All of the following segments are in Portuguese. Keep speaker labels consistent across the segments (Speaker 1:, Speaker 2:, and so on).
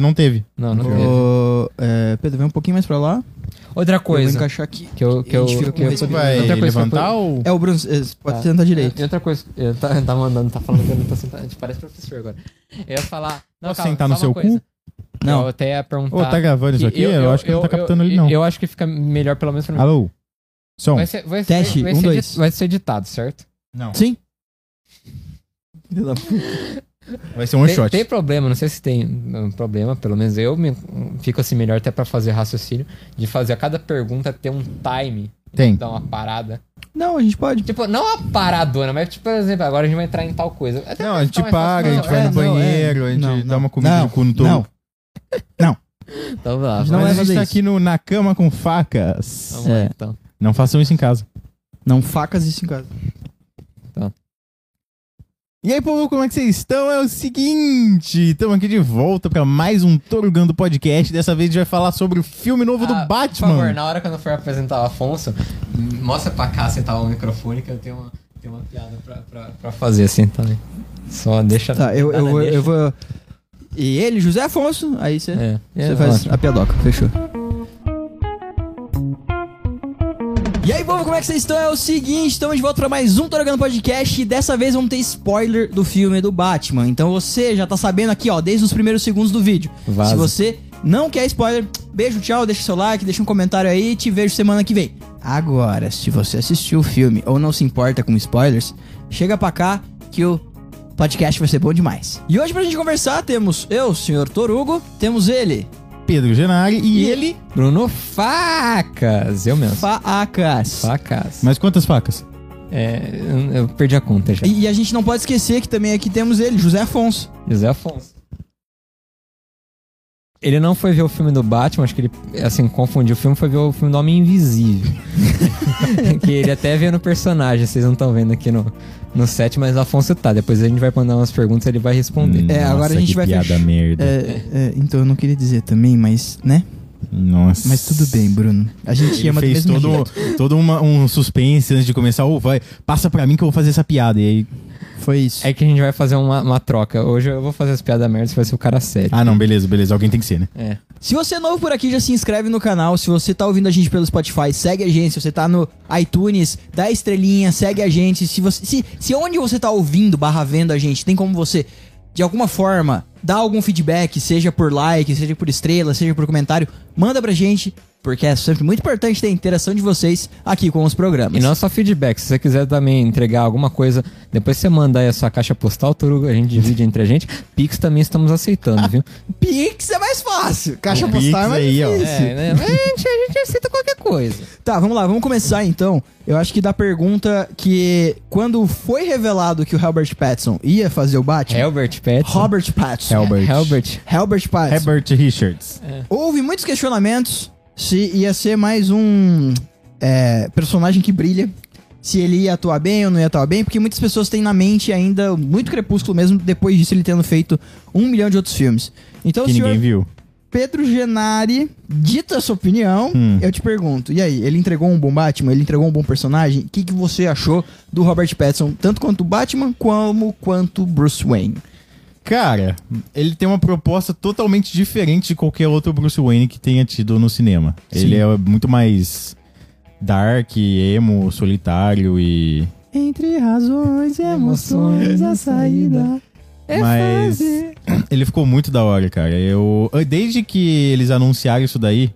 Speaker 1: não teve.
Speaker 2: Não, não teve.
Speaker 3: Ô, é, Pedro, vem um pouquinho mais pra lá.
Speaker 2: Outra
Speaker 3: Eu
Speaker 2: coisa
Speaker 3: vou encaixar aqui.
Speaker 2: que eu. Que
Speaker 3: a
Speaker 2: eu,
Speaker 3: gente fica com
Speaker 2: que eu
Speaker 3: respeito.
Speaker 1: Tu vai
Speaker 2: outra coisa que eu-
Speaker 1: levantar ou...
Speaker 3: É, o Bruno, eh, pode
Speaker 2: Tá.
Speaker 3: sentar direito.
Speaker 2: E outra coisa, eu tá, tá mandando, tá falando que eu não tô sentado. A gente parece professor agora. Eu ia falar. Não,
Speaker 1: Posso
Speaker 2: calma,
Speaker 1: sentar
Speaker 2: só
Speaker 1: no
Speaker 2: uma
Speaker 1: seu
Speaker 2: coisa.
Speaker 3: Não.
Speaker 2: Eu até ia perguntar.
Speaker 1: Ô, tá gravando isso aqui?
Speaker 2: que
Speaker 1: Eu, acho que não tá captando
Speaker 2: eu-
Speaker 1: ali, não.
Speaker 2: Eu acho que fica melhor, pelo menos, pra mim.
Speaker 1: Alô? Som?
Speaker 2: Vai ser, vai ser-
Speaker 3: Teste,
Speaker 2: vai
Speaker 3: um,
Speaker 2: ser
Speaker 3: dois.
Speaker 2: edit- vai ser editado, certo?
Speaker 1: Não.
Speaker 3: Sim. Filho da puta.
Speaker 1: Vai ser um
Speaker 2: tem,
Speaker 1: shot.
Speaker 2: tem problema, não sei se tem um problema, pelo menos eu me- fico assim melhor até pra fazer raciocínio, de fazer a cada pergunta ter um time,
Speaker 1: Tem.
Speaker 2: dar uma parada.
Speaker 3: Não, a gente pode.
Speaker 2: Tipo, não uma paradona, mas tipo, por exemplo, agora a gente vai entrar em tal coisa. Até
Speaker 1: Não,
Speaker 2: pra
Speaker 1: a gente
Speaker 2: ficar mais fácil,
Speaker 1: paga, a
Speaker 2: não,
Speaker 1: gente vai
Speaker 2: é,
Speaker 1: no
Speaker 2: não, é.
Speaker 1: banheiro, a gente
Speaker 3: Não,
Speaker 1: dá
Speaker 3: não.
Speaker 1: uma comida
Speaker 3: Não,
Speaker 1: de cu no todo
Speaker 3: não.
Speaker 1: mundo.
Speaker 2: Então vai lá,
Speaker 3: Não
Speaker 1: Não
Speaker 2: vai.
Speaker 1: Mas a
Speaker 3: é
Speaker 1: gente
Speaker 3: fazer
Speaker 1: tá
Speaker 3: isso.
Speaker 1: aqui no Na Cama com Facas.
Speaker 2: Vamos lá,
Speaker 3: É.
Speaker 2: então.
Speaker 1: Não façam isso em casa.
Speaker 3: Não facas isso em casa.
Speaker 1: E aí, povo, como é que vocês estão? É o seguinte, estamos aqui de volta pra mais um Torugando Podcast. Dessa vez a gente vai falar sobre o filme novo
Speaker 2: Ah,
Speaker 1: do
Speaker 2: Por favor,
Speaker 1: Batman.
Speaker 2: na hora que eu não for apresentar o Afonso, m- mostra pra cá sentar o microfone que eu tenho uma, tenho uma piada pra, pra- pra fazer assim também. Só deixa.
Speaker 3: Tá, eu,
Speaker 2: nada
Speaker 3: eu, vou,
Speaker 2: deixa.
Speaker 3: eu vou. E ele, José Afonso. Aí você
Speaker 2: É,
Speaker 3: você
Speaker 2: é,
Speaker 3: faz
Speaker 2: ótimo.
Speaker 3: a piadoca, fechou. E aí, povo, como é que vocês estão? É o seguinte, estamos de volta para mais um Torogando Podcast e dessa vez vamos ter spoiler do filme do Batman. Então você já tá sabendo aqui, ó, desde os primeiros segundos do vídeo.
Speaker 2: Vaza.
Speaker 3: Se você não quer spoiler, beijo, tchau, deixa seu like, deixa um comentário aí, te vejo semana que vem. Agora, se você assistiu o filme ou não se importa com spoilers, chega pra cá que o podcast vai ser bom demais. E hoje pra gente conversar temos eu, o senhor Torugo, temos ele,
Speaker 1: Pedro Genari e,
Speaker 3: E-
Speaker 1: ele...
Speaker 2: Bruno Facas, eu mesmo.
Speaker 3: Faacas.
Speaker 2: Facas.
Speaker 1: Mas quantas facas?
Speaker 2: É, eu- eu perdi a conta já.
Speaker 3: E, e a gente não pode esquecer que também aqui temos ele, José Afonso.
Speaker 2: José Afonso. Ele não foi ver o filme do Batman, acho que ele, assim, confundiu o filme, foi ver o filme do Homem Invisível. que ele até vê no personagem, vocês não estão vendo aqui no, no set, mas o Afonso tá. Depois a gente vai mandar umas perguntas e ele vai
Speaker 1: Hum,
Speaker 2: responder.
Speaker 3: É, agora a gente
Speaker 1: que
Speaker 3: vai
Speaker 1: piada
Speaker 3: fechar-
Speaker 1: merda.
Speaker 3: É, é, então eu não queria dizer também, mas, né?
Speaker 1: Nossa.
Speaker 3: Mas tudo bem, Bruno. A gente
Speaker 1: Ele
Speaker 3: ama do
Speaker 1: fez
Speaker 3: mesmo
Speaker 1: todo,
Speaker 3: jeito.
Speaker 1: todo uma- um suspense antes de começar. Ô, vai, passa pra mim que eu vou fazer essa piada. E aí...
Speaker 3: Foi isso.
Speaker 2: É que a gente vai fazer uma, uma troca. Hoje eu vou fazer as piadas merda, você vai ser o cara sério.
Speaker 1: Ah, não, beleza, beleza. Alguém tem que ser, né?
Speaker 2: É.
Speaker 3: Se você é novo por aqui, já se inscreve no canal. Se você tá ouvindo a gente pelo Spotify, segue a gente. Se você tá no iTunes, dá estrelinha, segue a gente. Se você se, se onde você tá ouvindo, barra vendo a gente, tem como você de alguma forma dar algum feedback, seja por like, seja por estrela, seja por comentário, manda pra gente, porque é sempre muito importante ter a interação de vocês aqui com os programas.
Speaker 2: E não só feedback, se você quiser também entregar alguma coisa, depois você manda aí a sua caixa postal, Torugo, a gente divide entre a gente. Pix também estamos aceitando, viu?
Speaker 3: Pix é mais fácil. Caixa
Speaker 1: O
Speaker 3: postal é
Speaker 1: Pix
Speaker 3: mais
Speaker 1: aí, ó.
Speaker 3: difícil.
Speaker 2: né? Mas a gente, a gente aceita qualquer coisa.
Speaker 3: Tá, vamos lá, vamos começar então. Eu acho que da pergunta que quando foi revelado que o Robert Pattinson ia fazer o Batman,
Speaker 2: Helbert Pattinson.
Speaker 3: Tipo, Robert Pattinson.
Speaker 1: Helbert.
Speaker 2: Helbert.
Speaker 3: Robert Pattinson.
Speaker 1: Herbert Richards.
Speaker 3: Houve muitos questionamentos se ia ser mais um é, personagem que brilha, se ele ia atuar bem ou não ia atuar bem, porque muitas pessoas têm na mente ainda muito crepúsculo mesmo depois disso ele tendo feito um milhão de outros filmes. Então,
Speaker 1: que
Speaker 3: senhor
Speaker 1: ninguém viu.
Speaker 3: Pedro Genari, dita a sua opinião,
Speaker 1: Hum.
Speaker 3: eu te pergunto, e aí, ele entregou um bom Batman? Ele entregou um bom personagem? O que, que você achou do Robert Pattinson, tanto quanto Batman, como quanto Bruce Wayne?
Speaker 1: Cara, ele tem uma proposta totalmente diferente de qualquer outro Bruce Wayne que tenha tido no cinema.
Speaker 2: Sim.
Speaker 1: Ele é muito mais dark, emo, solitário e.
Speaker 3: Entre razões e
Speaker 2: emoções, a saída
Speaker 1: é Mas- fazer. Ele ficou muito da hora, cara. Eu desde que eles anunciaram isso daí,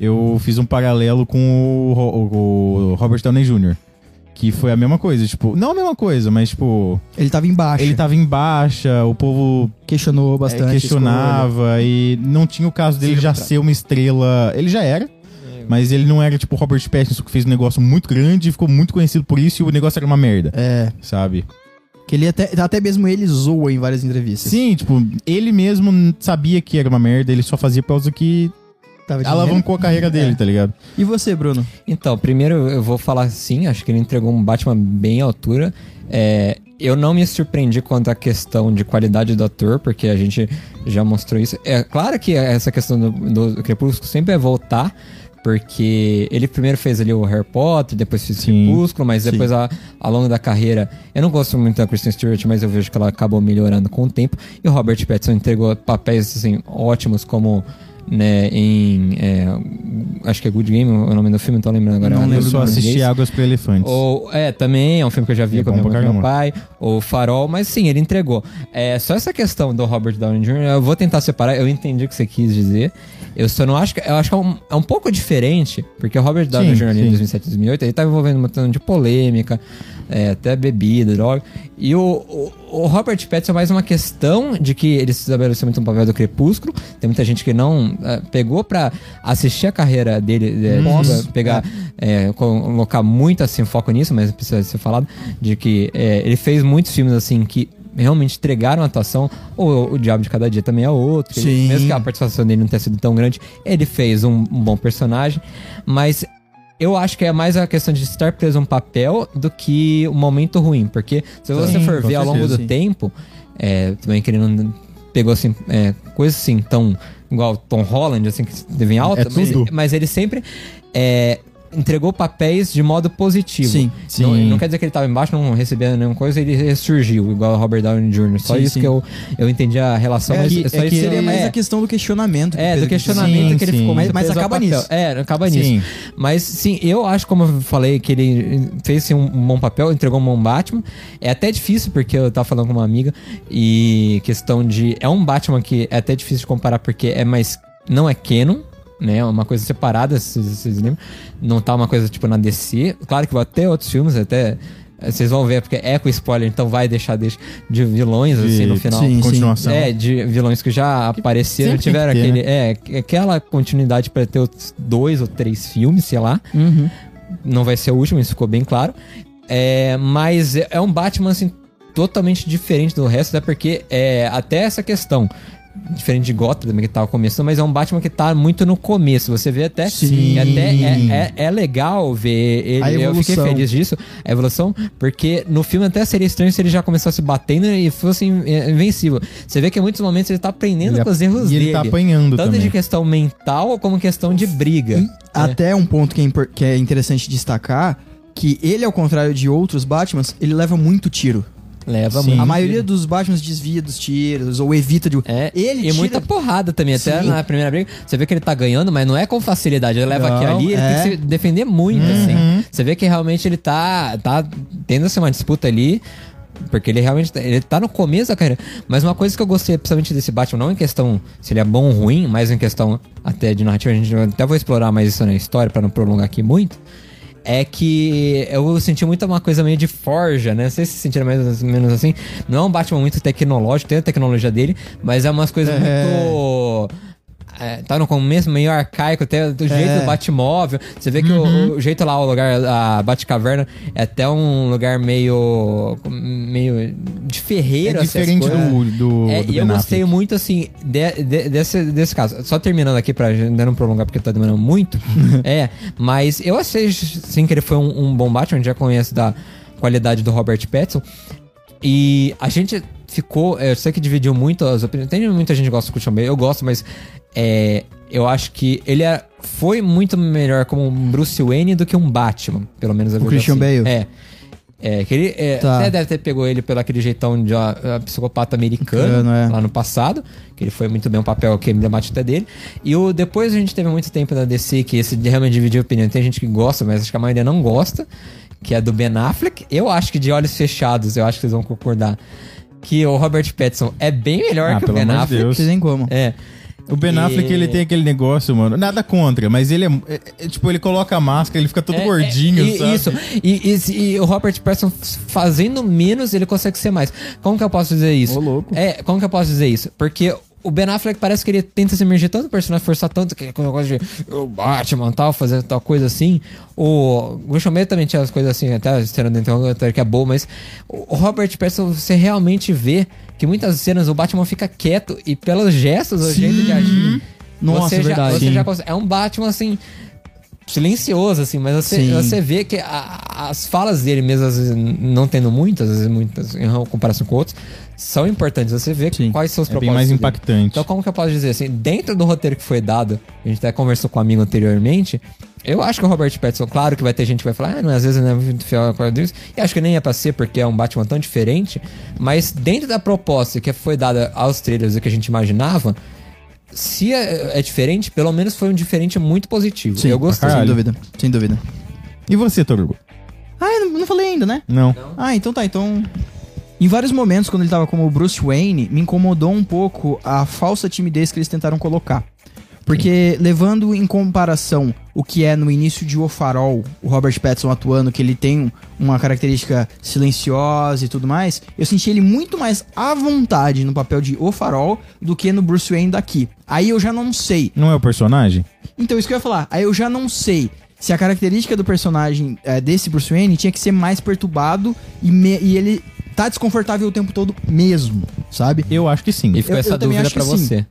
Speaker 1: eu fiz um paralelo com o, Ro- o Robert Downey Jr. Que foi a mesma coisa, tipo, não a mesma coisa, mas tipo,
Speaker 3: Ele tava embaixo,
Speaker 2: tá-
Speaker 1: ele tava em baixa, o povo
Speaker 3: questionou
Speaker 1: É,
Speaker 3: bastante.
Speaker 1: questionava e não tinha o caso dele já ser uma estrela. Ele já era, mas ele não era tipo o Robert Pattinson que fez um negócio muito grande e ficou muito conhecido por isso e o negócio era uma merda,
Speaker 3: a escolha. É,
Speaker 1: sabe?
Speaker 3: que ele até, até mesmo ele zoa em várias entrevistas.
Speaker 1: Sim, tipo, ele mesmo sabia que era uma merda, ele só fazia por causa que
Speaker 3: Tava de
Speaker 1: alavancou a carreira dele,
Speaker 2: É.
Speaker 1: tá ligado?
Speaker 3: E você, Bruno?
Speaker 2: Então, primeiro eu vou falar sim, acho que ele entregou um Batman bem à altura. É, eu não me surpreendi quanto à questão de qualidade do ator, porque a gente já mostrou isso. É claro que essa questão do, do Crepúsculo sempre é voltar Porque ele primeiro fez ali o Harry Potter, depois fez o
Speaker 1: Sim,
Speaker 2: Crepúsculo, mas
Speaker 1: sim.
Speaker 2: depois, a, ao longo da carreira, eu não gosto muito da Kristen Stewart, mas eu vejo que ela acabou melhorando com o tempo. E o Robert Pattinson entregou papéis assim, ótimos, como né, em. é, acho que é Good Game o nome do filme, não tô lembrando agora.
Speaker 3: Não
Speaker 2: Eu
Speaker 1: Eu
Speaker 3: lembro
Speaker 1: só
Speaker 2: do
Speaker 1: assisti
Speaker 2: português.
Speaker 1: Águas para Elefantes.
Speaker 2: Ou, é, também é um filme que eu já vi
Speaker 1: É
Speaker 2: com a
Speaker 1: bom
Speaker 2: minha
Speaker 1: pra
Speaker 2: mãe, com meu
Speaker 1: caramba.
Speaker 2: pai, ou Farol, mas sim, ele entregou. É, só essa questão do Robert Downey Jr., eu vou tentar separar, eu entendi o que você quis dizer. Eu só não acho que. Eu acho que é um, é um pouco diferente, porque o Robert Downey
Speaker 1: Sim,
Speaker 2: Jr.
Speaker 1: sim.
Speaker 2: em 2007 2008, ele tava envolvendo um montão de polêmica, é, até bebida, droga. E o, o, o Robert Pattinson é mais uma questão de que ele se estabeleceu muito no papel do Crepúsculo. Tem muita gente que não é, pegou pra assistir a carreira dele, é,
Speaker 3: Pós,
Speaker 2: pegar é, colocar muito assim foco nisso, mas precisa ser falado de que é, ele fez muitos filmes assim que realmente entregaram a atuação. O, o Diabo de Cada Dia também é outro. que ele-
Speaker 3: Sim.
Speaker 2: mesmo que a participação dele não tenha sido tão grande, ele fez um, um bom personagem, mas eu acho que é mais a questão de estar preso a um papel do que um momento ruim, porque se você
Speaker 1: Sim,
Speaker 2: for
Speaker 1: com
Speaker 2: ver ao longo do
Speaker 3: certeza.
Speaker 2: tempo, é, também que ele não pegou assim é, coisas assim tão igual Tom Holland assim que teve em alta,
Speaker 1: É
Speaker 2: mas-
Speaker 1: tudo.
Speaker 2: mas, ele sempre é, entregou papéis de modo positivo.
Speaker 3: Sim.
Speaker 1: Sim.
Speaker 2: Não, não quer dizer que ele tava embaixo, não recebia nenhuma coisa, ele ressurgiu, igual o Robert Downey Jr. Só
Speaker 3: Sim,
Speaker 2: isso
Speaker 3: sim.
Speaker 2: que eu, eu entendi a relação.
Speaker 1: É
Speaker 2: mas
Speaker 1: que-
Speaker 2: só
Speaker 1: é
Speaker 2: isso
Speaker 1: que
Speaker 3: Seria mais
Speaker 2: é,
Speaker 3: a questão do questionamento. que o
Speaker 2: é,
Speaker 3: Pedro
Speaker 2: do
Speaker 3: quis dizer.
Speaker 2: questionamento
Speaker 1: Sim,
Speaker 2: que ele
Speaker 1: sim.
Speaker 2: ficou
Speaker 1: Mas-
Speaker 2: muito
Speaker 3: mas
Speaker 2: preso ao
Speaker 3: acaba
Speaker 2: papel.
Speaker 3: nisso.
Speaker 2: É, acaba nisso.
Speaker 1: Sim.
Speaker 2: Mas sim, eu acho, como eu falei, que ele fez sim, um bom papel, entregou um bom Batman. É até difícil, porque eu tava falando com uma amiga, e questão de. É um Batman que é até difícil de comparar, porque é mais. Não é canon, né? É uma coisa separada, se se vocês lembram. Não tá uma coisa tipo na DC. Claro que vai ter outros filmes, até. eh, Vocês vão ver, porque é com spoiler, então vai deixar deixa, de vilões, assim, no final.
Speaker 3: sim.
Speaker 1: continuação.
Speaker 2: É, de vilões que já apareceram,
Speaker 1: Né? sempre tem
Speaker 2: tiveram
Speaker 1: que ter, né?
Speaker 2: aquele, é, aquela continuidade pra ter os dois ou três filmes, sei lá.
Speaker 3: Uhum.
Speaker 2: Não vai ser o último, isso ficou bem claro. É, mas é é um Batman assim totalmente diferente do resto, até porque é até essa questão diferente de Gotham também que tava começando, mas é um Batman que tá muito no começo. Você vê até,
Speaker 1: Sim.
Speaker 2: até é, é- é legal ver ele.
Speaker 1: A
Speaker 2: eu fiquei
Speaker 1: evolução.
Speaker 2: feliz disso, a evolução, porque no filme até seria estranho se ele já começasse batendo e fosse in- é, invencível. Você vê que em muitos momentos ele tá aprendendo
Speaker 1: Ele
Speaker 2: com os erros
Speaker 1: e ele
Speaker 2: dele.
Speaker 1: tá apanhando
Speaker 2: tanto
Speaker 1: também.
Speaker 2: de questão mental como questão de briga.
Speaker 3: E até um ponto que é, impor- que é interessante destacar, que ele, ao contrário de outros Batmans, ele leva muito tiro.
Speaker 2: Leva
Speaker 1: Sim.
Speaker 2: muito.
Speaker 3: A maioria dos Batmans desvia dos tiros, ou evita de...
Speaker 2: É,
Speaker 3: Ele
Speaker 2: e
Speaker 3: tira-
Speaker 2: muita porrada também, até
Speaker 3: Sim.
Speaker 2: na primeira briga. Você vê que ele tá ganhando, mas não é com facilidade. Ele leva
Speaker 3: Não,
Speaker 2: aqui e ali, ele
Speaker 3: é.
Speaker 2: tem
Speaker 3: Uhum.
Speaker 2: que se defender muito, assim. Você vê que realmente ele tá, tá tendo assim, uma disputa ali. Porque ele realmente tá- ele tá no começo da carreira. Mas uma coisa que eu gostei, principalmente desse Batman, não em questão se ele é bom ou ruim, mas em questão até de narrativa, a gente eu até vou explorar mais isso na história pra não prolongar aqui muito. É que eu senti muito uma coisa meio de forja, né? Não sei se vocês sentiram mais ou menos assim. Não é um Batman muito tecnológico, tem a tecnologia dele, mas é umas coisas muito. é, tá no começo meio arcaico, até do
Speaker 1: É.
Speaker 2: jeito do Batmóvel. Você vê que o-
Speaker 1: Uhum.
Speaker 2: o, jeito lá, o lugar, a Batcaverna, é até um lugar meio. meio de ferreiro,
Speaker 1: É
Speaker 2: assim, as
Speaker 1: diferente
Speaker 2: coisas.
Speaker 1: do, do,
Speaker 2: É,
Speaker 1: do
Speaker 2: e eu
Speaker 1: Ben
Speaker 2: gostei
Speaker 1: Affleck.
Speaker 2: muito, assim, de- de- desse, desse caso. Só terminando aqui pra gente não prolongar, porque tá demorando muito. é, mas eu achei, sim, que ele foi um, um bom Batman. A gente já conhece da qualidade do Robert Pattinson. E a gente ficou... é, Eu sei que dividiu muito as opiniões. Tem muita gente que gosta do Christian Bale. Eu gosto, mas... é, eu acho que ele é- foi muito melhor como um Bruce Wayne do que um Batman. Pelo menos eu
Speaker 3: O
Speaker 2: vejo
Speaker 3: Christian
Speaker 2: assim.
Speaker 3: Bale?
Speaker 2: É. É, que ele é,
Speaker 3: Tá.
Speaker 2: até deve ter pegou ele pelo aquele jeitão de ó, ó, psicopata americano
Speaker 3: Americano, é.
Speaker 2: lá no passado, que ele foi muito bem um papel que emblemático até dele. E o depois a gente teve muito tempo da DC que esse realmente dividiu opinião. Tem gente que gosta, mas acho que a maioria não gosta, que é do Ben Affleck. Eu acho que de olhos fechados, eu acho que vocês vão concordar que o Robert Pattinson é bem melhor
Speaker 1: Ah,
Speaker 2: que o
Speaker 1: pelo
Speaker 2: Ben
Speaker 1: amor de
Speaker 2: Affleck.
Speaker 1: Deus.
Speaker 3: Não sei nem como.
Speaker 2: É.
Speaker 1: O Ben Affleck,
Speaker 2: E-
Speaker 1: ele tem aquele negócio, mano. Nada contra, mas ele é, é- é, Tipo, ele coloca a máscara, ele fica todo
Speaker 2: É,
Speaker 1: gordinho,
Speaker 2: é,
Speaker 1: sabe?
Speaker 2: e- Isso. E, e se- e o Robert Pattinson fazendo menos, ele consegue ser mais. Como que eu posso dizer isso?
Speaker 1: Ô, louco.
Speaker 2: É, como que eu posso dizer isso? Porque o Ben Affleck parece que ele tenta se emergir tanto, o personagem forçar tanto, que com o negócio de o Batman e tal, fazer tal coisa assim. O Christian Bale também tinha as coisas assim, até a cena do interrogatório que é boa, mas o o Robert Pattinson, você realmente vê que muitas cenas o Batman fica quieto e pelos gestos, o jeito de agir...
Speaker 3: Nossa,
Speaker 2: você já,
Speaker 1: é
Speaker 3: verdade.
Speaker 2: você
Speaker 3: Sim.
Speaker 2: já consegue- é um Batman assim silencioso, assim, mas você,
Speaker 3: Sim.
Speaker 2: você vê que a- as falas dele, mesmo às vezes n- não tendo muitas, às vezes muitas em comparação com outros, são importantes. Você vê
Speaker 3: Sim.
Speaker 2: quais são os
Speaker 1: É bem
Speaker 2: propósitos.
Speaker 1: mais
Speaker 2: dele.
Speaker 1: impactante.
Speaker 2: Então, como que eu posso dizer assim? Dentro do roteiro que foi dado, a gente até conversou com um amigo anteriormente. Eu acho que o Robert Pattinson, claro que vai ter gente que vai falar, ah, não, às vezes não é muito fiel ao quadrinhos. E acho que nem é pra ser, porque é um Batman tão diferente. Mas dentro da proposta que foi dada aos trailers e que a gente imaginava, se é, é diferente, pelo menos foi um diferente muito positivo. eu gostei.
Speaker 1: caralho.
Speaker 3: Sem dúvida, sem dúvida.
Speaker 2: Então,
Speaker 1: E você, Torugo?
Speaker 3: Ah, eu não, não falei ainda, né?
Speaker 1: Não.
Speaker 3: Ah, então tá, então. Em vários momentos, quando ele tava como o Bruce Wayne, me incomodou um pouco a falsa timidez que eles tentaram colocar. Porque, levando em comparação o que é no início de O Farol, o Robert Pattinson atuando, que ele tem uma característica silenciosa e tudo mais, eu senti ele muito mais à vontade no papel de O Farol do que no Bruce Wayne daqui. Aí eu já não sei.
Speaker 1: Não é o personagem?
Speaker 3: Então, isso que eu ia falar. Aí eu já não sei se a característica do personagem eh, desse Bruce Wayne tinha que ser mais perturbado e, me- e ele tá desconfortável o tempo todo mesmo, sabe?
Speaker 1: Eu acho que sim.
Speaker 2: E ficou
Speaker 3: Eu-
Speaker 2: essa
Speaker 3: eu também
Speaker 2: dúvida
Speaker 3: acho
Speaker 2: pra
Speaker 3: que sim.
Speaker 2: você.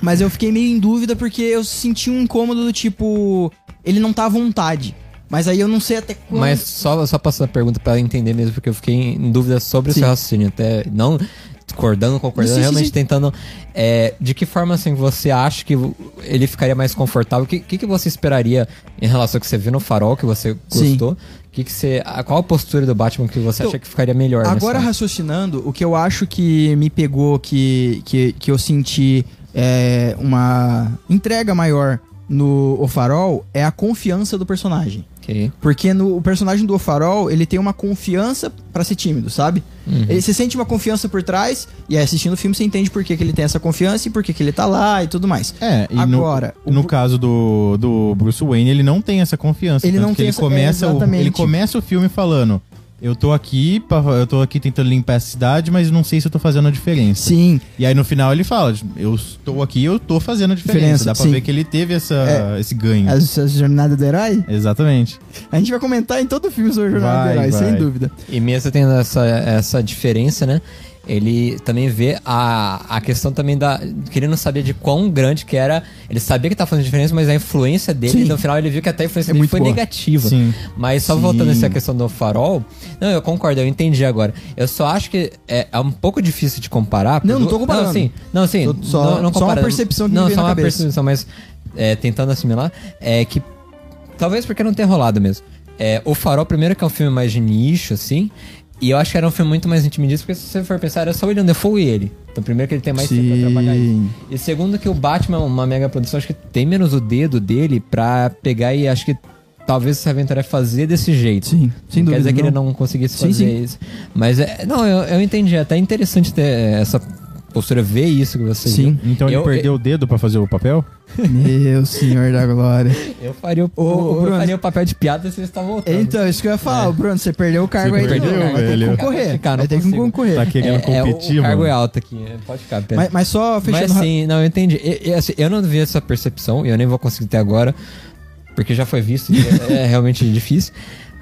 Speaker 3: Mas eu fiquei meio em dúvida porque eu senti um incômodo do tipo. Ele não tá à vontade. Mas aí eu não sei até quando.
Speaker 2: Mas só, só passando a pergunta pra entender mesmo, porque eu fiquei em dúvida sobre
Speaker 3: Sim.
Speaker 2: o seu raciocínio, até não discordando, concordando,
Speaker 3: Sim, sim,
Speaker 2: realmente
Speaker 3: sim.
Speaker 2: tentando. é, de que forma assim você acha que ele ficaria mais confortável? O que, que, que você esperaria em relação ao que você viu no farol, que você
Speaker 3: Sim.
Speaker 2: gostou? Que que você, a- qual a postura do Batman que você
Speaker 3: Então,
Speaker 2: acha que ficaria melhor? nessa
Speaker 3: Agora,
Speaker 2: hora?
Speaker 3: raciocinando, o que eu acho que me pegou, que, que, que eu senti é, uma entrega maior no O Farol é a confiança do personagem.
Speaker 2: Ok.
Speaker 3: Porque no, o personagem do O Farol, ele tem uma confiança pra ser tímido, sabe?
Speaker 2: Uhum.
Speaker 3: Ele se sente uma confiança por trás, e aí assistindo o filme você entende por que, que ele tem essa confiança e por que, que ele tá lá e tudo mais.
Speaker 1: É, e
Speaker 3: Agora,
Speaker 1: no,
Speaker 3: o
Speaker 1: no
Speaker 3: Bru-
Speaker 1: caso do, do Bruce Wayne, ele não tem essa confiança.
Speaker 3: Ele
Speaker 1: tanto
Speaker 3: não
Speaker 1: que
Speaker 3: tem
Speaker 1: ele
Speaker 3: essa- é,
Speaker 1: começa o,
Speaker 3: exatamente.
Speaker 1: Ele começa o filme falando: Eu tô aqui, pra- eu tô aqui tentando limpar a cidade, mas não sei se eu tô fazendo a diferença.
Speaker 3: Sim,
Speaker 1: E aí no final ele fala: Eu estou aqui, eu tô fazendo a diferença.
Speaker 3: Diferença,
Speaker 1: Dá pra
Speaker 3: sim. É.
Speaker 1: ver que ele teve essa, esse ganho.
Speaker 3: a, jornada do herói?
Speaker 1: Exatamente.
Speaker 3: A gente vai comentar em todo o filme sobre a jornada
Speaker 1: Vai,
Speaker 3: do herói, sem
Speaker 1: vai.
Speaker 3: dúvida.
Speaker 2: E mesmo tendo essa, essa diferença, né? Ele também vê a, a questão também da. Que ele não sabia de quão grande que era. Ele sabia que tá fazendo diferença, mas a influência dele,
Speaker 3: Sim.
Speaker 2: no final, ele viu que até a influência
Speaker 3: É
Speaker 2: dele
Speaker 3: muito
Speaker 2: foi
Speaker 3: boa.
Speaker 2: negativa.
Speaker 1: Sim.
Speaker 2: Mas só
Speaker 1: Sim.
Speaker 2: voltando a essa questão do farol. Não, eu concordo, eu entendi agora. Eu só acho que é, é um pouco difícil de comparar.
Speaker 3: Não,
Speaker 2: porque-
Speaker 3: não tô comparando.
Speaker 2: Não, sim. Não, sim.
Speaker 3: Tô- só-
Speaker 2: não, não
Speaker 3: só uma
Speaker 2: comparando.
Speaker 3: percepção que me
Speaker 2: Não,
Speaker 3: veio
Speaker 2: só
Speaker 3: na
Speaker 2: uma
Speaker 3: cabeça.
Speaker 2: percepção, mas é, tentando assimilar. É que Talvez porque não tenha rolado mesmo. É, o Farol, primeiro, que é um filme mais de nicho, assim. E eu acho que era um filme muito mais intimidista, porque se você for pensar, era só o William Defoe e ele. Então, primeiro, que ele tem mais tempo pra trabalhar isso. E segundo, que o Batman é uma mega produção, acho que tem menos o dedo dele pra pegar e acho que talvez se aventurar a é fazer desse jeito.
Speaker 3: Sim, sem
Speaker 2: Não Quer
Speaker 3: dúvida,
Speaker 2: dizer que ele
Speaker 3: não.
Speaker 2: não conseguisse
Speaker 3: Sim,
Speaker 2: fazer isso. Mas, é, não, eu, eu entendi. É até interessante ter essa postura, ver isso que você
Speaker 3: Sim.
Speaker 2: viu.
Speaker 1: Então
Speaker 2: Eu-
Speaker 1: ele perdeu o dedo pra fazer o papel?
Speaker 2: é-
Speaker 3: Meu senhor da glória.
Speaker 2: Eu faria o,
Speaker 3: Ô, ô,
Speaker 2: eu
Speaker 3: Bruno.
Speaker 2: faria o papel de piada se ele está voltando.
Speaker 3: Então, isso que eu ia falar,
Speaker 2: É.
Speaker 3: Bruno, você perdeu o cargo
Speaker 1: Você
Speaker 3: aí.
Speaker 1: perdeu,
Speaker 3: não, vai ter
Speaker 1: velho.
Speaker 3: que concorrer.
Speaker 2: Cara, não
Speaker 3: vai ter que
Speaker 2: consigo.
Speaker 3: concorrer.
Speaker 1: Tá querendo
Speaker 2: É, é,
Speaker 1: competir,
Speaker 2: o, o cargo é
Speaker 1: mano?
Speaker 2: alto aqui, é, pode ficar, pera.
Speaker 3: Mas, mas só
Speaker 2: Mas
Speaker 3: fechando ra-
Speaker 2: sim, não, eu entendi. E- e, assim, eu não vi essa percepção, e eu nem vou conseguir ter agora, porque já foi visto, e é, é realmente difícil.